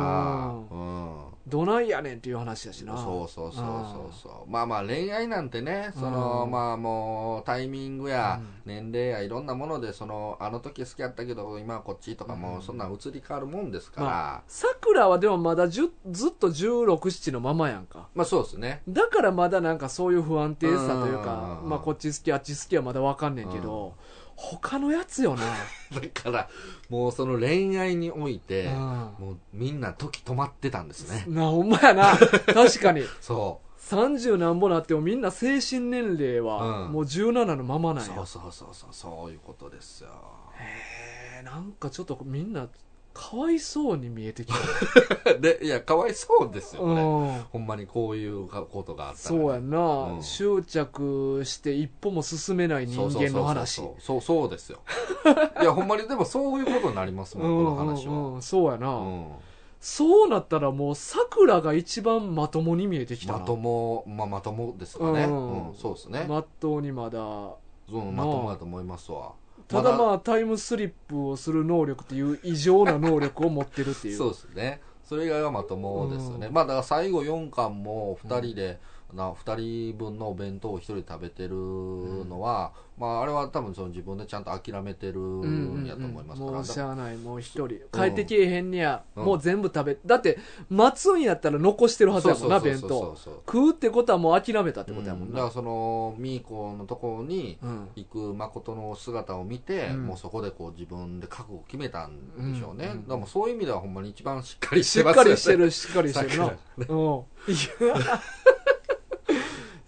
B: ら、うん
A: どないやねんっていう話だしな
B: そうそうそうそうそうまあまあ恋愛なんてねその、
A: うん
B: まあもうタイミングや
A: うん
B: 年齢やいろんなものでそのあの時好きやったけど今はこっちとかもうそんなん移り変わるもんですから、
A: まさくらはでもまだじゅずっと167のままやんか
B: まあそうですね
A: だからまだなんかそういう不安定さというか、
B: うん
A: まあこっち好きあっち好きはまだわかんねんけど、他のやつよな、
B: だからもうその恋愛において、
A: う
B: もうみんな時止まってたんですね
A: ん、なほんまやな確かに
B: そう
A: 30何ぼなってもみんな精神年齢は
B: うん
A: もう17のままなんや、
B: そうそうそうそうそういうことですよ
A: へえなんかちょっとみんなかわいそうに見えてきた、
B: でいやかわい そうですよ
A: う
B: これ、
A: ん、
B: ほんまにこういうことがあったら
A: そうやんな、
B: うん
A: 執着して一歩も進めない人間の話
B: そうそうそうそうそうですよいやほんまにでもそういうことになります
A: うん
B: もんこ
A: う
B: の
A: ん
B: 話は
A: うんそうやな、
B: うん
A: そうなったらもう桜が一番まともに見えてきたな
B: まとも、まあ、まともですかね、
A: う
B: うんんそうですね、
A: まっとうにまだ
B: うんまともだと思いますわ
A: ただまあタイムスリップをする能力っていう異常な能力を持ってるっていう
B: そうですねそれ以外はまともですよね、
A: う
B: まあだから最後4巻も2人で、な2人分のお弁当を1人で食べてるのは、まああれは多分その自分でちゃんと諦めてる
A: うんうんうんん
B: やと思いますから、
A: もう
B: だ
A: し
B: か
A: ゃあないもう一人帰ってけえへんにゃ、
B: うん
A: もう全部食べだって待つんやったら残してる
B: ら
A: はずやもんな
B: そう
A: 弁
B: そうそう
A: 当
B: そうそう
A: 食うってことはもう諦めたってことやも
B: うんんだか
A: な
B: らそのミーコのところに
A: うん
B: 行く誠の姿を見て、
A: うん
B: もうそこでこう自分で覚悟を決めたんでしょうね、
A: うんうんうん
B: だからもうそういう意味ではほんまに一番しっかりし
A: してっ
B: ますよ
A: か
B: ね
A: りしてるしっかりしてるな
B: さ
A: うんいや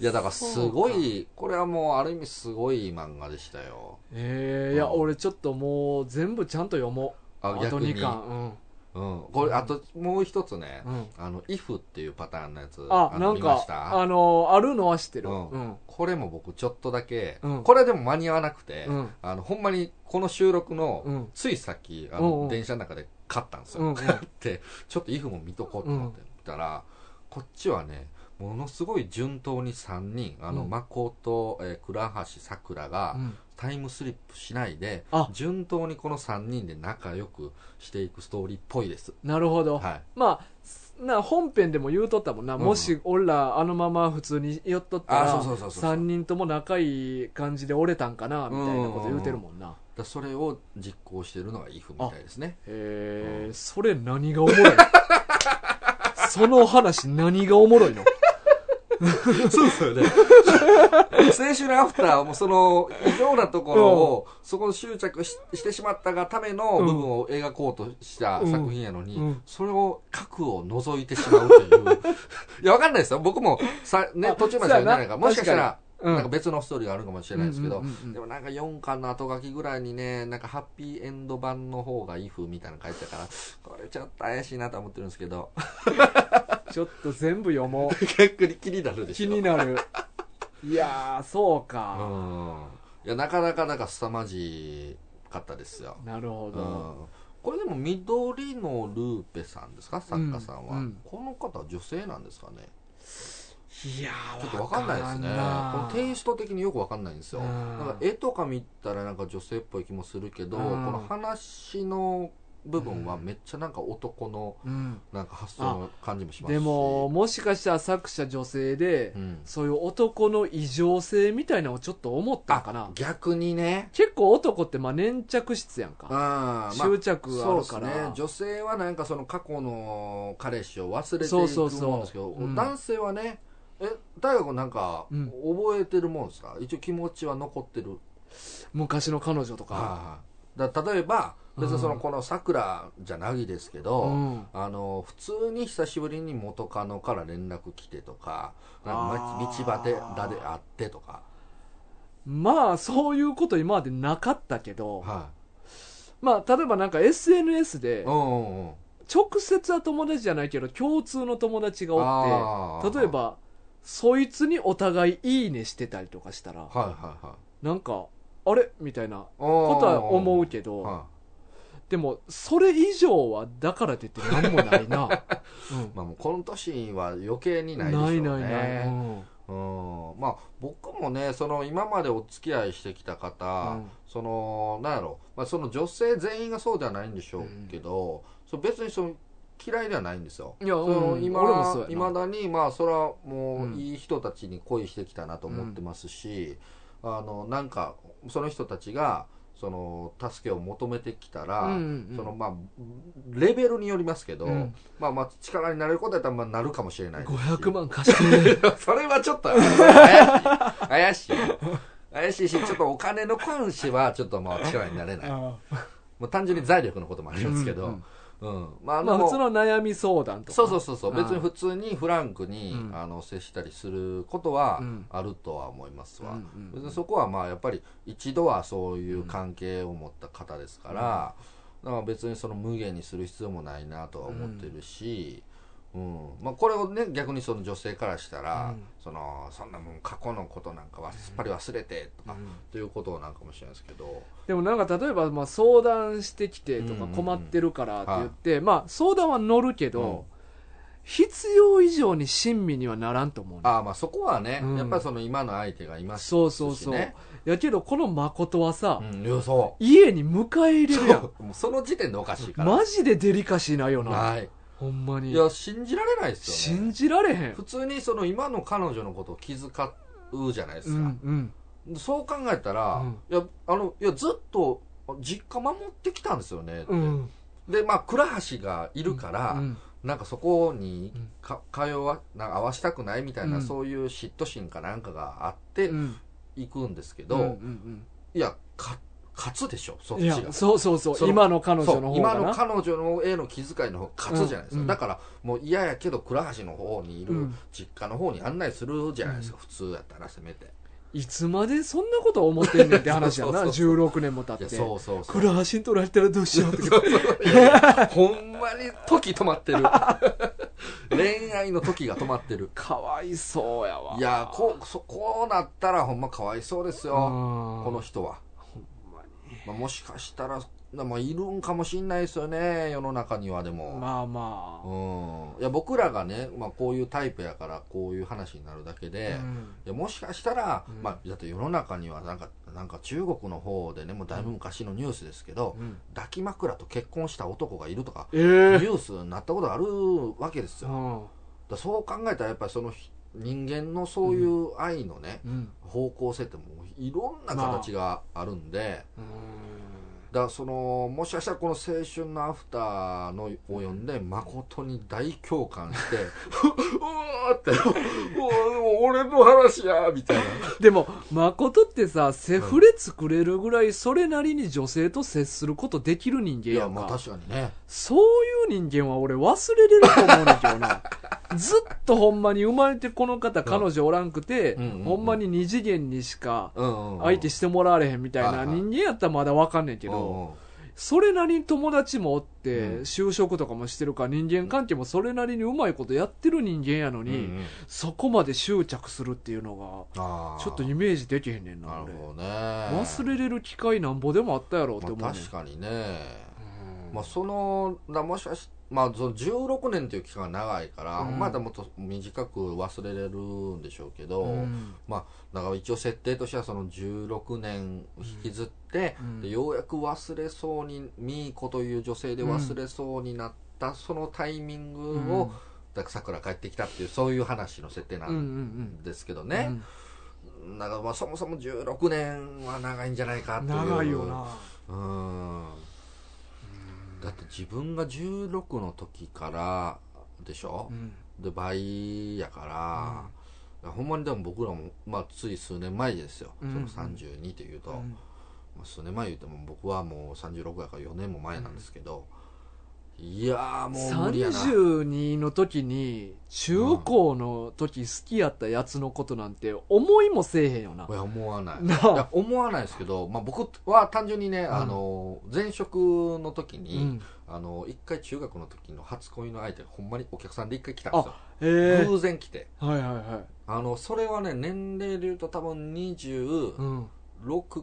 B: いやだからすごいこれはもうある意味すごい漫画でしたよ
A: えー、いや俺ちょっともう全部ちゃんと読もう
B: あ
A: あと
B: 逆に
A: 2巻
B: うん、これあともう一つね、
A: うん、うん、
B: あの「if」っていうパターンのやつ
A: あ
B: の
A: なん
B: 見まし
A: か
B: た
A: あのあるのは知ってる
B: う
A: うんんうん
B: これも僕ちょっとだけ、
A: うん
B: これでも間に合わなくて、
A: うん
B: あのほんまにこの収録の、
A: うん
B: ついさっきあ
A: うんう
B: の
A: ん
B: 電車の中で買ったんですよ、
A: うん
B: 買ってちょっと「if」も見とこうと思って見たら、こっちはねものすごい順当に3人あの、
A: うん
B: 誠、えー倉橋さくらが、タイムスリップしないで
A: あ
B: 順当にこの3人で仲良くしていくストーリーっぽいです、
A: なるほど、
B: はい、
A: まあな本編でも言うとったもんな、
B: うん
A: もし俺らあのまま普通に寄っとった
B: あ
A: ら
B: そうそうそうそうそう
A: 3人とも仲いい感じで折れたんかなみたいなこと言うてるもんな、
B: だそれを実行してるのがイフみたいですね
A: へえ、それ何がおもろいの その話何がおも ろいの
B: そうですよね 青春アフターもその異常なところをそこを執着ししてしまったがための部分を描こうとした作品やのに、
A: うんうん
B: それを核を除いてしまうといういやわかんないですよ僕もさ、ね
A: あ、
B: 途中まで読んで
A: そう
B: ないから
A: やな
B: もしかしたら
A: うん
B: なんか別のストーリーがあるかもしれないですけど、
A: うんうんうんうん
B: でもなんか4巻の後書きぐらいにね、なんかハッピーエンド版の方がイフみたいなの書いてたから、これちょっと怪しいなと思ってるんですけど、
A: ちょっと全部読も
B: 逆に気になる
A: う
B: で
A: 気
B: しょ。
A: にな るいやーそうか、
B: うん。いや、なかなかなんか凄まじかったですよ。
A: なるほ
B: うん
A: ど、。
B: これでも緑のルーペさんですか作家さんは、
A: うんうん
B: この方女性なんですかね
A: いやー
B: ちょっとわかんないですねこのテイスト的によくわかんないんですよ
A: うん
B: なんか絵とか見たらなんか女性っぽい気もするけど
A: う
B: こ
A: ん
B: の話の部分はめっちゃなんか男の
A: うん
B: なんか発想の感じもしますし
A: でも、もしかしたら作者女性で、
B: うん、
A: そういう男の異常性みたいなのをちょっと思ったのかな
B: あ逆にね
A: 結構男ってまあ粘着質やん
B: うん
A: か、
B: まあ
A: 執着あ
B: そう
A: る
B: です
A: か
B: ね
A: ら
B: 女性はなんかその過去の彼氏を忘れていく
A: そ
B: も
A: うそうそうん
B: ですけど
A: うん
B: 男性はねえ大学なんか
A: うん
B: 覚えてるもんですか、一応気持ちは残ってる
A: 昔の彼女とか、
B: はいだから例えば別にその
A: うん
B: このさくらじゃないですけど、
A: うん
B: あの普通に久しぶりに元カノから連絡来てとかなんか
A: あー
B: 道端でだで会ってとか、
A: まあそういうこと今までなかったけど、
B: は
A: まあ例えばなんか SNS
B: い、
A: で
B: うんうんうん
A: 直接は友達じゃないけど共通の友達がお
B: あ
A: っ
B: ー
A: て例えばそいつにお互いいいねしてたりとかしたら
B: はいはいはい
A: なんかあれみたいな
B: こ
A: ことは思うけど、でもそれ以上はだからといって何もないな、 うん
B: まあ、もうこの年は余計にないでしょ
A: な
B: うね
A: いないない、うん
B: うんまあ僕もねその今までお付き合いしてきた方、
A: うん
B: そのなんやろ、まあ、その女性全員がそうではないんでしょうけど、そう別にその嫌いではないんですよ
A: いや、
B: その
A: うん
B: 今
A: 俺もそうやな
B: 未だにまあそれはも
A: うん
B: ういい人たちに恋してきたなと思ってますし、あのなんかその人たちがその助けを求めてきたら、
A: うんうんうん
B: そのまあレベルによりますけど、
A: うん
B: まあまあ力になれることやったらまあなるかもしれないですし
A: 500万貸して
B: それはちょっと怪しい怪しい怪しいしちょっとお金の関しはちょっとま あ力になれないもう単純に財力のこともありますけど、うんま
A: ま
B: あ
A: あ
B: でも
A: 普通の悩み相談とか
B: そうそうそうそ
A: あ
B: う
A: あ
B: 別に普通にフランクに、
A: うん
B: あの接したりすることは
A: うん
B: あるとは思いますわ、
A: うんうん
B: 別にそこはまあやっぱり一度はそういう関係を持った方ですから、だから別にその無限にする必要もないなとは思ってるし、うんまあ、これをね逆にその女性からしたら、
A: うん
B: そのそんなもん過去のことなんかはすっぱり忘れてとか、
A: うん
B: ということなんかもしれないですけど、
A: でもなんか例えばまあ相談してきてと
B: うんう
A: か
B: んうん
A: 困ってるからって言って、まあ相談は乗るけど、必要以上に親身にはならんと思うね
B: ああまあそこはね、
A: うん
B: やっぱりその今の相手がいます
A: そうそうそう、
B: ね
A: やけどこの誠はさ、
B: うんいやそう
A: 家に迎え入れるやん
B: そうもうその時点でおかしいから
A: マジでデリカシーないよな、
B: はい
A: ほんま
B: い
A: に
B: や信じられないですよね
A: 信じられへん
B: 普通にその今の彼女のことを気遣うじゃないで
A: う
B: すか、
A: んうん
B: そう考えたら、
A: うん
B: いやあのいやずっと実家守ってきたんですよねって、
A: うん
B: でまあ倉橋がいるから、
A: うん
B: なんかそこに
A: うん
B: か通わなんか合わしたくないみたいな、
A: うん
B: そういう嫉妬心かなんかがあって
A: うん
B: 行くんですけ
A: う
B: ど、
A: んうん
B: いやか勝つでしょそっ
A: い
B: ち
A: や
B: が
A: そうそうそう
B: その
A: 今の彼女の
B: そう
A: 方
B: 今
A: が
B: の
A: な
B: 彼女のへの気遣いの方が勝つじゃないですか、
A: うん
B: だからもう嫌やけど倉橋の方にいる、
A: うん
B: 実家の方に案内するじゃないですか、普通やったらせめて
A: いつまでそんなこと思ってんねんって話やな
B: そうそう
A: 16年も経
B: いや
A: って
B: そうそうそう
A: 倉橋に取られたらどうしようとか
B: いやいやほんまに時止まっ てる恋愛の時が止まってる
A: かわいそうやわ
B: いやこうそこうなったらほんまかわいそうですよ、こ
A: こ
B: の人は、まあ、もしかしたら、まあ、いるんかもしんないですよね世の中にはでも、
A: まあまあ
B: うんいや僕らがね、まあ、こういうタイプやからこういう話になるだけで、
A: うん
B: いやもしかしたら、
A: うん
B: まあ、だって世の中にはなんかなんか中国の方でねもうだいぶ昔のニュースですけど、
A: うん
B: 抱き枕と結婚した男がいるとか、
A: え
B: ニ
A: え
B: ュースになったことあるわけですよ、だからそう考えたらやっぱりそのひ人間のそういう愛のね、
A: うん
B: 方向性ってもういろんな形があるんで、
A: うん
B: だからそのもしかしたらこの「青春のアフターの」を読んで誠に大共感して「 うわ!」って「うわ俺の話や!」みたいな
A: でも誠ってさセフレ作れるぐらいそれなりに女性と接することできる人間
B: い
A: や
B: や
A: ん
B: まあ
A: か
B: 確かにね
A: そういう人間は俺忘れれると思うねんけどな ずっとほんまに生まれてこの方彼女おらんくて、
B: うんうんうん
A: ほんまに二次元にしか
B: うんうん
A: 相手してもらわれへんみたい
B: は
A: ない
B: はい
A: 人間やったらまだわかんねんけど、
B: うんうん
A: それなりに友達もおって、
B: うん
A: 就職とかもしてるから人間関係もそれなりにうまいことやってる人間やのに、
B: うんうん
A: そこまで執着するっていうの
B: あ
A: が
B: ー
A: ちょっとイメージできへんねん
B: な
A: な
B: る
A: 俺
B: ほどね
A: 忘れれる機会なんぼでもあったやろうって思うねん、
B: まあ、確かにね、
A: うん
B: まあ、そのだもしかしまあ、その16年という期間が長いから、
A: うん
B: ほんまだもっと短く忘れれるんでしょうけど、
A: うん
B: まあ、だから一応設定としてはその16年引きずって、
A: うん
B: でようやく忘れそうにミーコという女性で忘れそうになったそのタイミングを、だからさくら帰ってきたっていうそういう話の設定な
A: うんうんん
B: ですけど
A: うん
B: ね、だからまあそもそも16年は長いんじゃないか
A: う
B: っ
A: ん
B: ていう
A: 長いよな
B: うんだって自分が16の時からでしょ、
A: うん
B: で倍やから、ほんまにでも僕らも、まあ、つい数年前ですよ、
A: うん
B: その32というと、
A: うん
B: まあ数年前言っても僕はもう36やから4年も前なんですけど、いやーもう無理やな
A: 32の時に中高の時好きやったやつのことなんて思いもせえへんよない
B: や思わない
A: ない
B: や思わないですけど、まあ、僕は単純にね、あの前職の時に、
A: うん
B: あの一回中学の時の初恋の相手がほんまにお客さんで一回来たんですよ
A: あへえ
B: 偶然来て
A: はいはいはい
B: あのそれはね年齢で言うと多分
A: う
B: 26
A: ん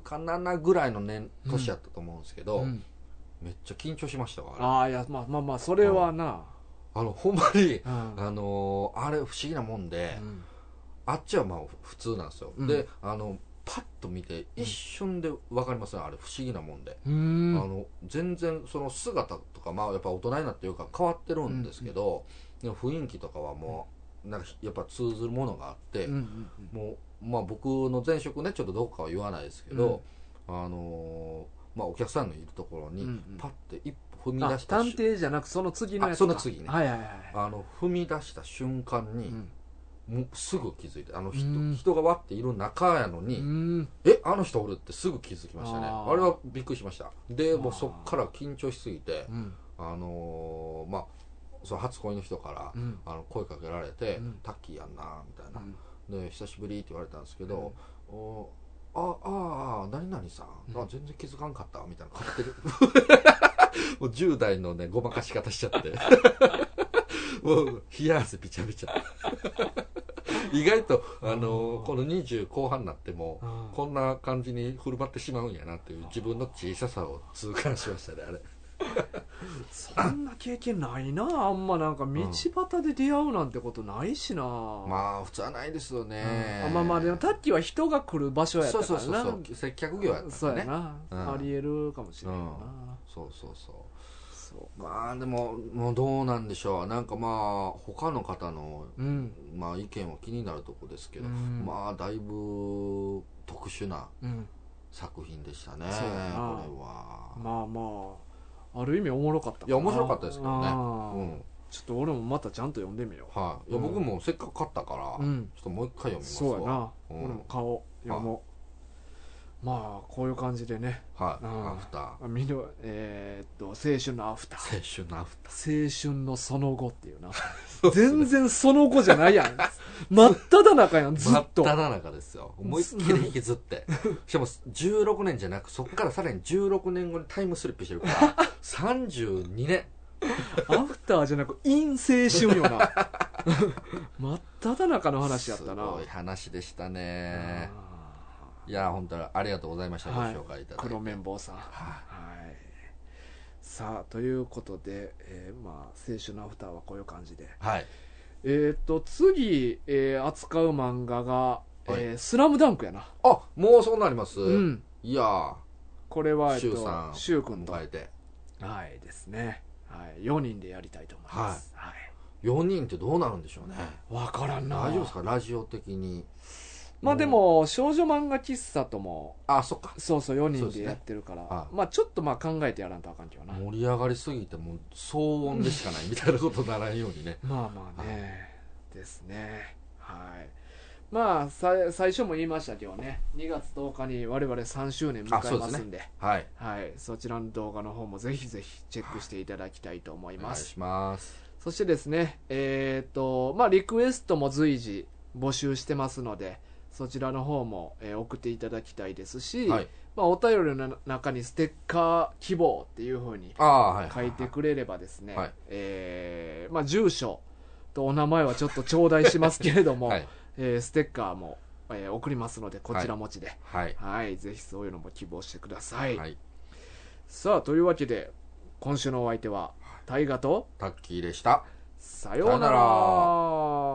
B: か7ぐらいの年年やったと思うんですけど、
A: うん
B: めっちゃ緊張しましたわあれ
A: ああいやまあまあまあそれはな
B: あのほんま
A: う
B: に
A: ん
B: あのーあれ不思議なもんで、あっちはまあ普通なんですよ、
A: うん
B: であのパッと見て一瞬で分かりますねあれ不思議なもんで、
A: う
B: あ
A: ん
B: の全然その姿とかまあやっぱ大人になっていうか変わってるんですけど、でも雰囲気とかはもうなんかやっぱ通ずるものがあって、
A: うんうん
B: もう、まあ、僕の前職ねちょっとどうかは言わないですけど、あのーまあ、お客さんのいるところ
A: うん
B: に
A: うん
B: パッて一歩踏み
A: あ
B: 出した
A: 探
B: し、
A: 偵じゃなくその次のやつか
B: あその次ね
A: はいはいは
B: あの踏み出した瞬間
A: い
B: に、もうすぐ気づいてあの人,、
A: うん
B: 人がわっている中やのに、
A: うん
B: えあの人おるってすぐ気づきましたね
A: あ
B: あ
A: ー
B: れはびっくりしましたでもう
A: あー
B: そっから緊張しすぎて
A: うん
B: あのーまあその初恋の人から、
A: うん
B: あの声かけられて、
A: うん
B: タッキーやんなみたいな
A: う、ん
B: で久しぶりって言われたんですけど、おあああ何々さん、
A: うん
B: あ全然気づかんかったみたいな勝手に もう10代のねごまかし方しちゃって もう冷や汗びちゃびちゃ 意外とあ
A: あ
B: の
A: ー
B: この20後半になっても
A: あー
B: こんな感じに振る舞ってしまうんやなっていう自分の小ささを痛感しましたねあれ
A: そんな経験ないなあんまなんか道端で出会うなんてことないしな、
B: まあ普通はないですよね、
A: あまあまあでもタッキーは人が来る場所やった
B: そう
A: から
B: そう
A: な
B: そうそう接客業やったん
A: そう
B: で
A: や
B: ね
A: な、
B: うん
A: ありえるかもしれないな、
B: そうそうそう
A: そ
B: まあでももうどうなんでしょうなんかまあ他の方の
A: ううん
B: まあ意見は気になるとこですけど、
A: うん
B: まあだいぶ特殊な
A: うん
B: 作品でしたねこれ
A: そうやな
B: は、
A: まあまあある意味おもろかったない
B: や面白かったですけどね
A: あ
B: う
A: ー
B: ん
A: ちょっと俺もまたちゃんと読んでみよ
B: はい、いや
A: うん
B: 僕もせっかく買ったから、
A: ううん
B: ちょっともう一回読みますわ
A: そうやな、
B: うん
A: 俺も顔読もうまあこういう感じでね
B: はい、
A: うん
B: アフター青
A: みのえーっと青春のアフター
B: 春のアフ
A: 青春のその後っていうな
B: ター
A: 全然 その後じゃないやん 真っ只中やんず
B: 真
A: っ
B: っ
A: と
B: ただ中ですよ思いっきり引きずって しかも16年じゃなくそこからさらに16年後にタイムスリップしてるから 32年
A: アフターじゃなく陰青春よ な真っ只中の話やったな
B: すごい話でしたね
A: あ
B: いや本当にありがとうございました、
A: はい
B: ご紹介いた
A: ー
B: だいて
A: 黒綿棒さんはい
B: は
A: さあということで、えーまあ、青春のアフターはこういう感じで
B: い、はい、
A: えーっと次、えー扱う漫画が「
B: はい
A: えースラムダンクやな
B: あもうそうなります、
A: うん
B: いやー
A: これは、え
B: シ
A: ー
B: ュウさ
A: っと
B: ん
A: シュウ君と
B: 迎えて
A: はいですね、はい、4人でやりたいと思います、はい
B: 4人ってどうなるんでしょうね
A: 分からんな
B: 大丈夫ですかラジオ的に
A: まあでも少女漫画喫茶とも
B: あそっか
A: そうそう4
B: そ
A: 人
B: うです
A: で
B: ね
A: やってるから、
B: はい
A: まあちょっとまあ考えてやらんとあかんけどな、
B: 盛り上がりすぎてもう騒音でしかないみたいなことならんようにね
A: まあまあね、ですねはいまあさ最初も言いましたけどね2月10日に我々3周年
B: あ
A: 迎
B: そ
A: え
B: うで
A: ますす
B: ね
A: んで
B: はい
A: はい、そちらの動画の方もぜひぜひチェックしていただきたいと思い
B: お願
A: ま
B: い
A: す、
B: します
A: そしてですねえっ、とまあリクエストも随時募集してますのでそちらの方も、えー送っていただきたいですし、
B: はい
A: まあ、お便りの中にステッカー希望っていうふうに
B: ああはい
A: 書いてくれればですね、
B: はい
A: えーまあ、住所とお名前はちょっと頂戴しますけれども、
B: はい
A: えーステッカーも、えー送りますのでこちら持ちで、はい
B: はい
A: ぜひそういうのも希望してください、
B: はい
A: さあというわけで今週のお相手は大河と
B: タッキーでした
A: さような
B: さよ
A: ら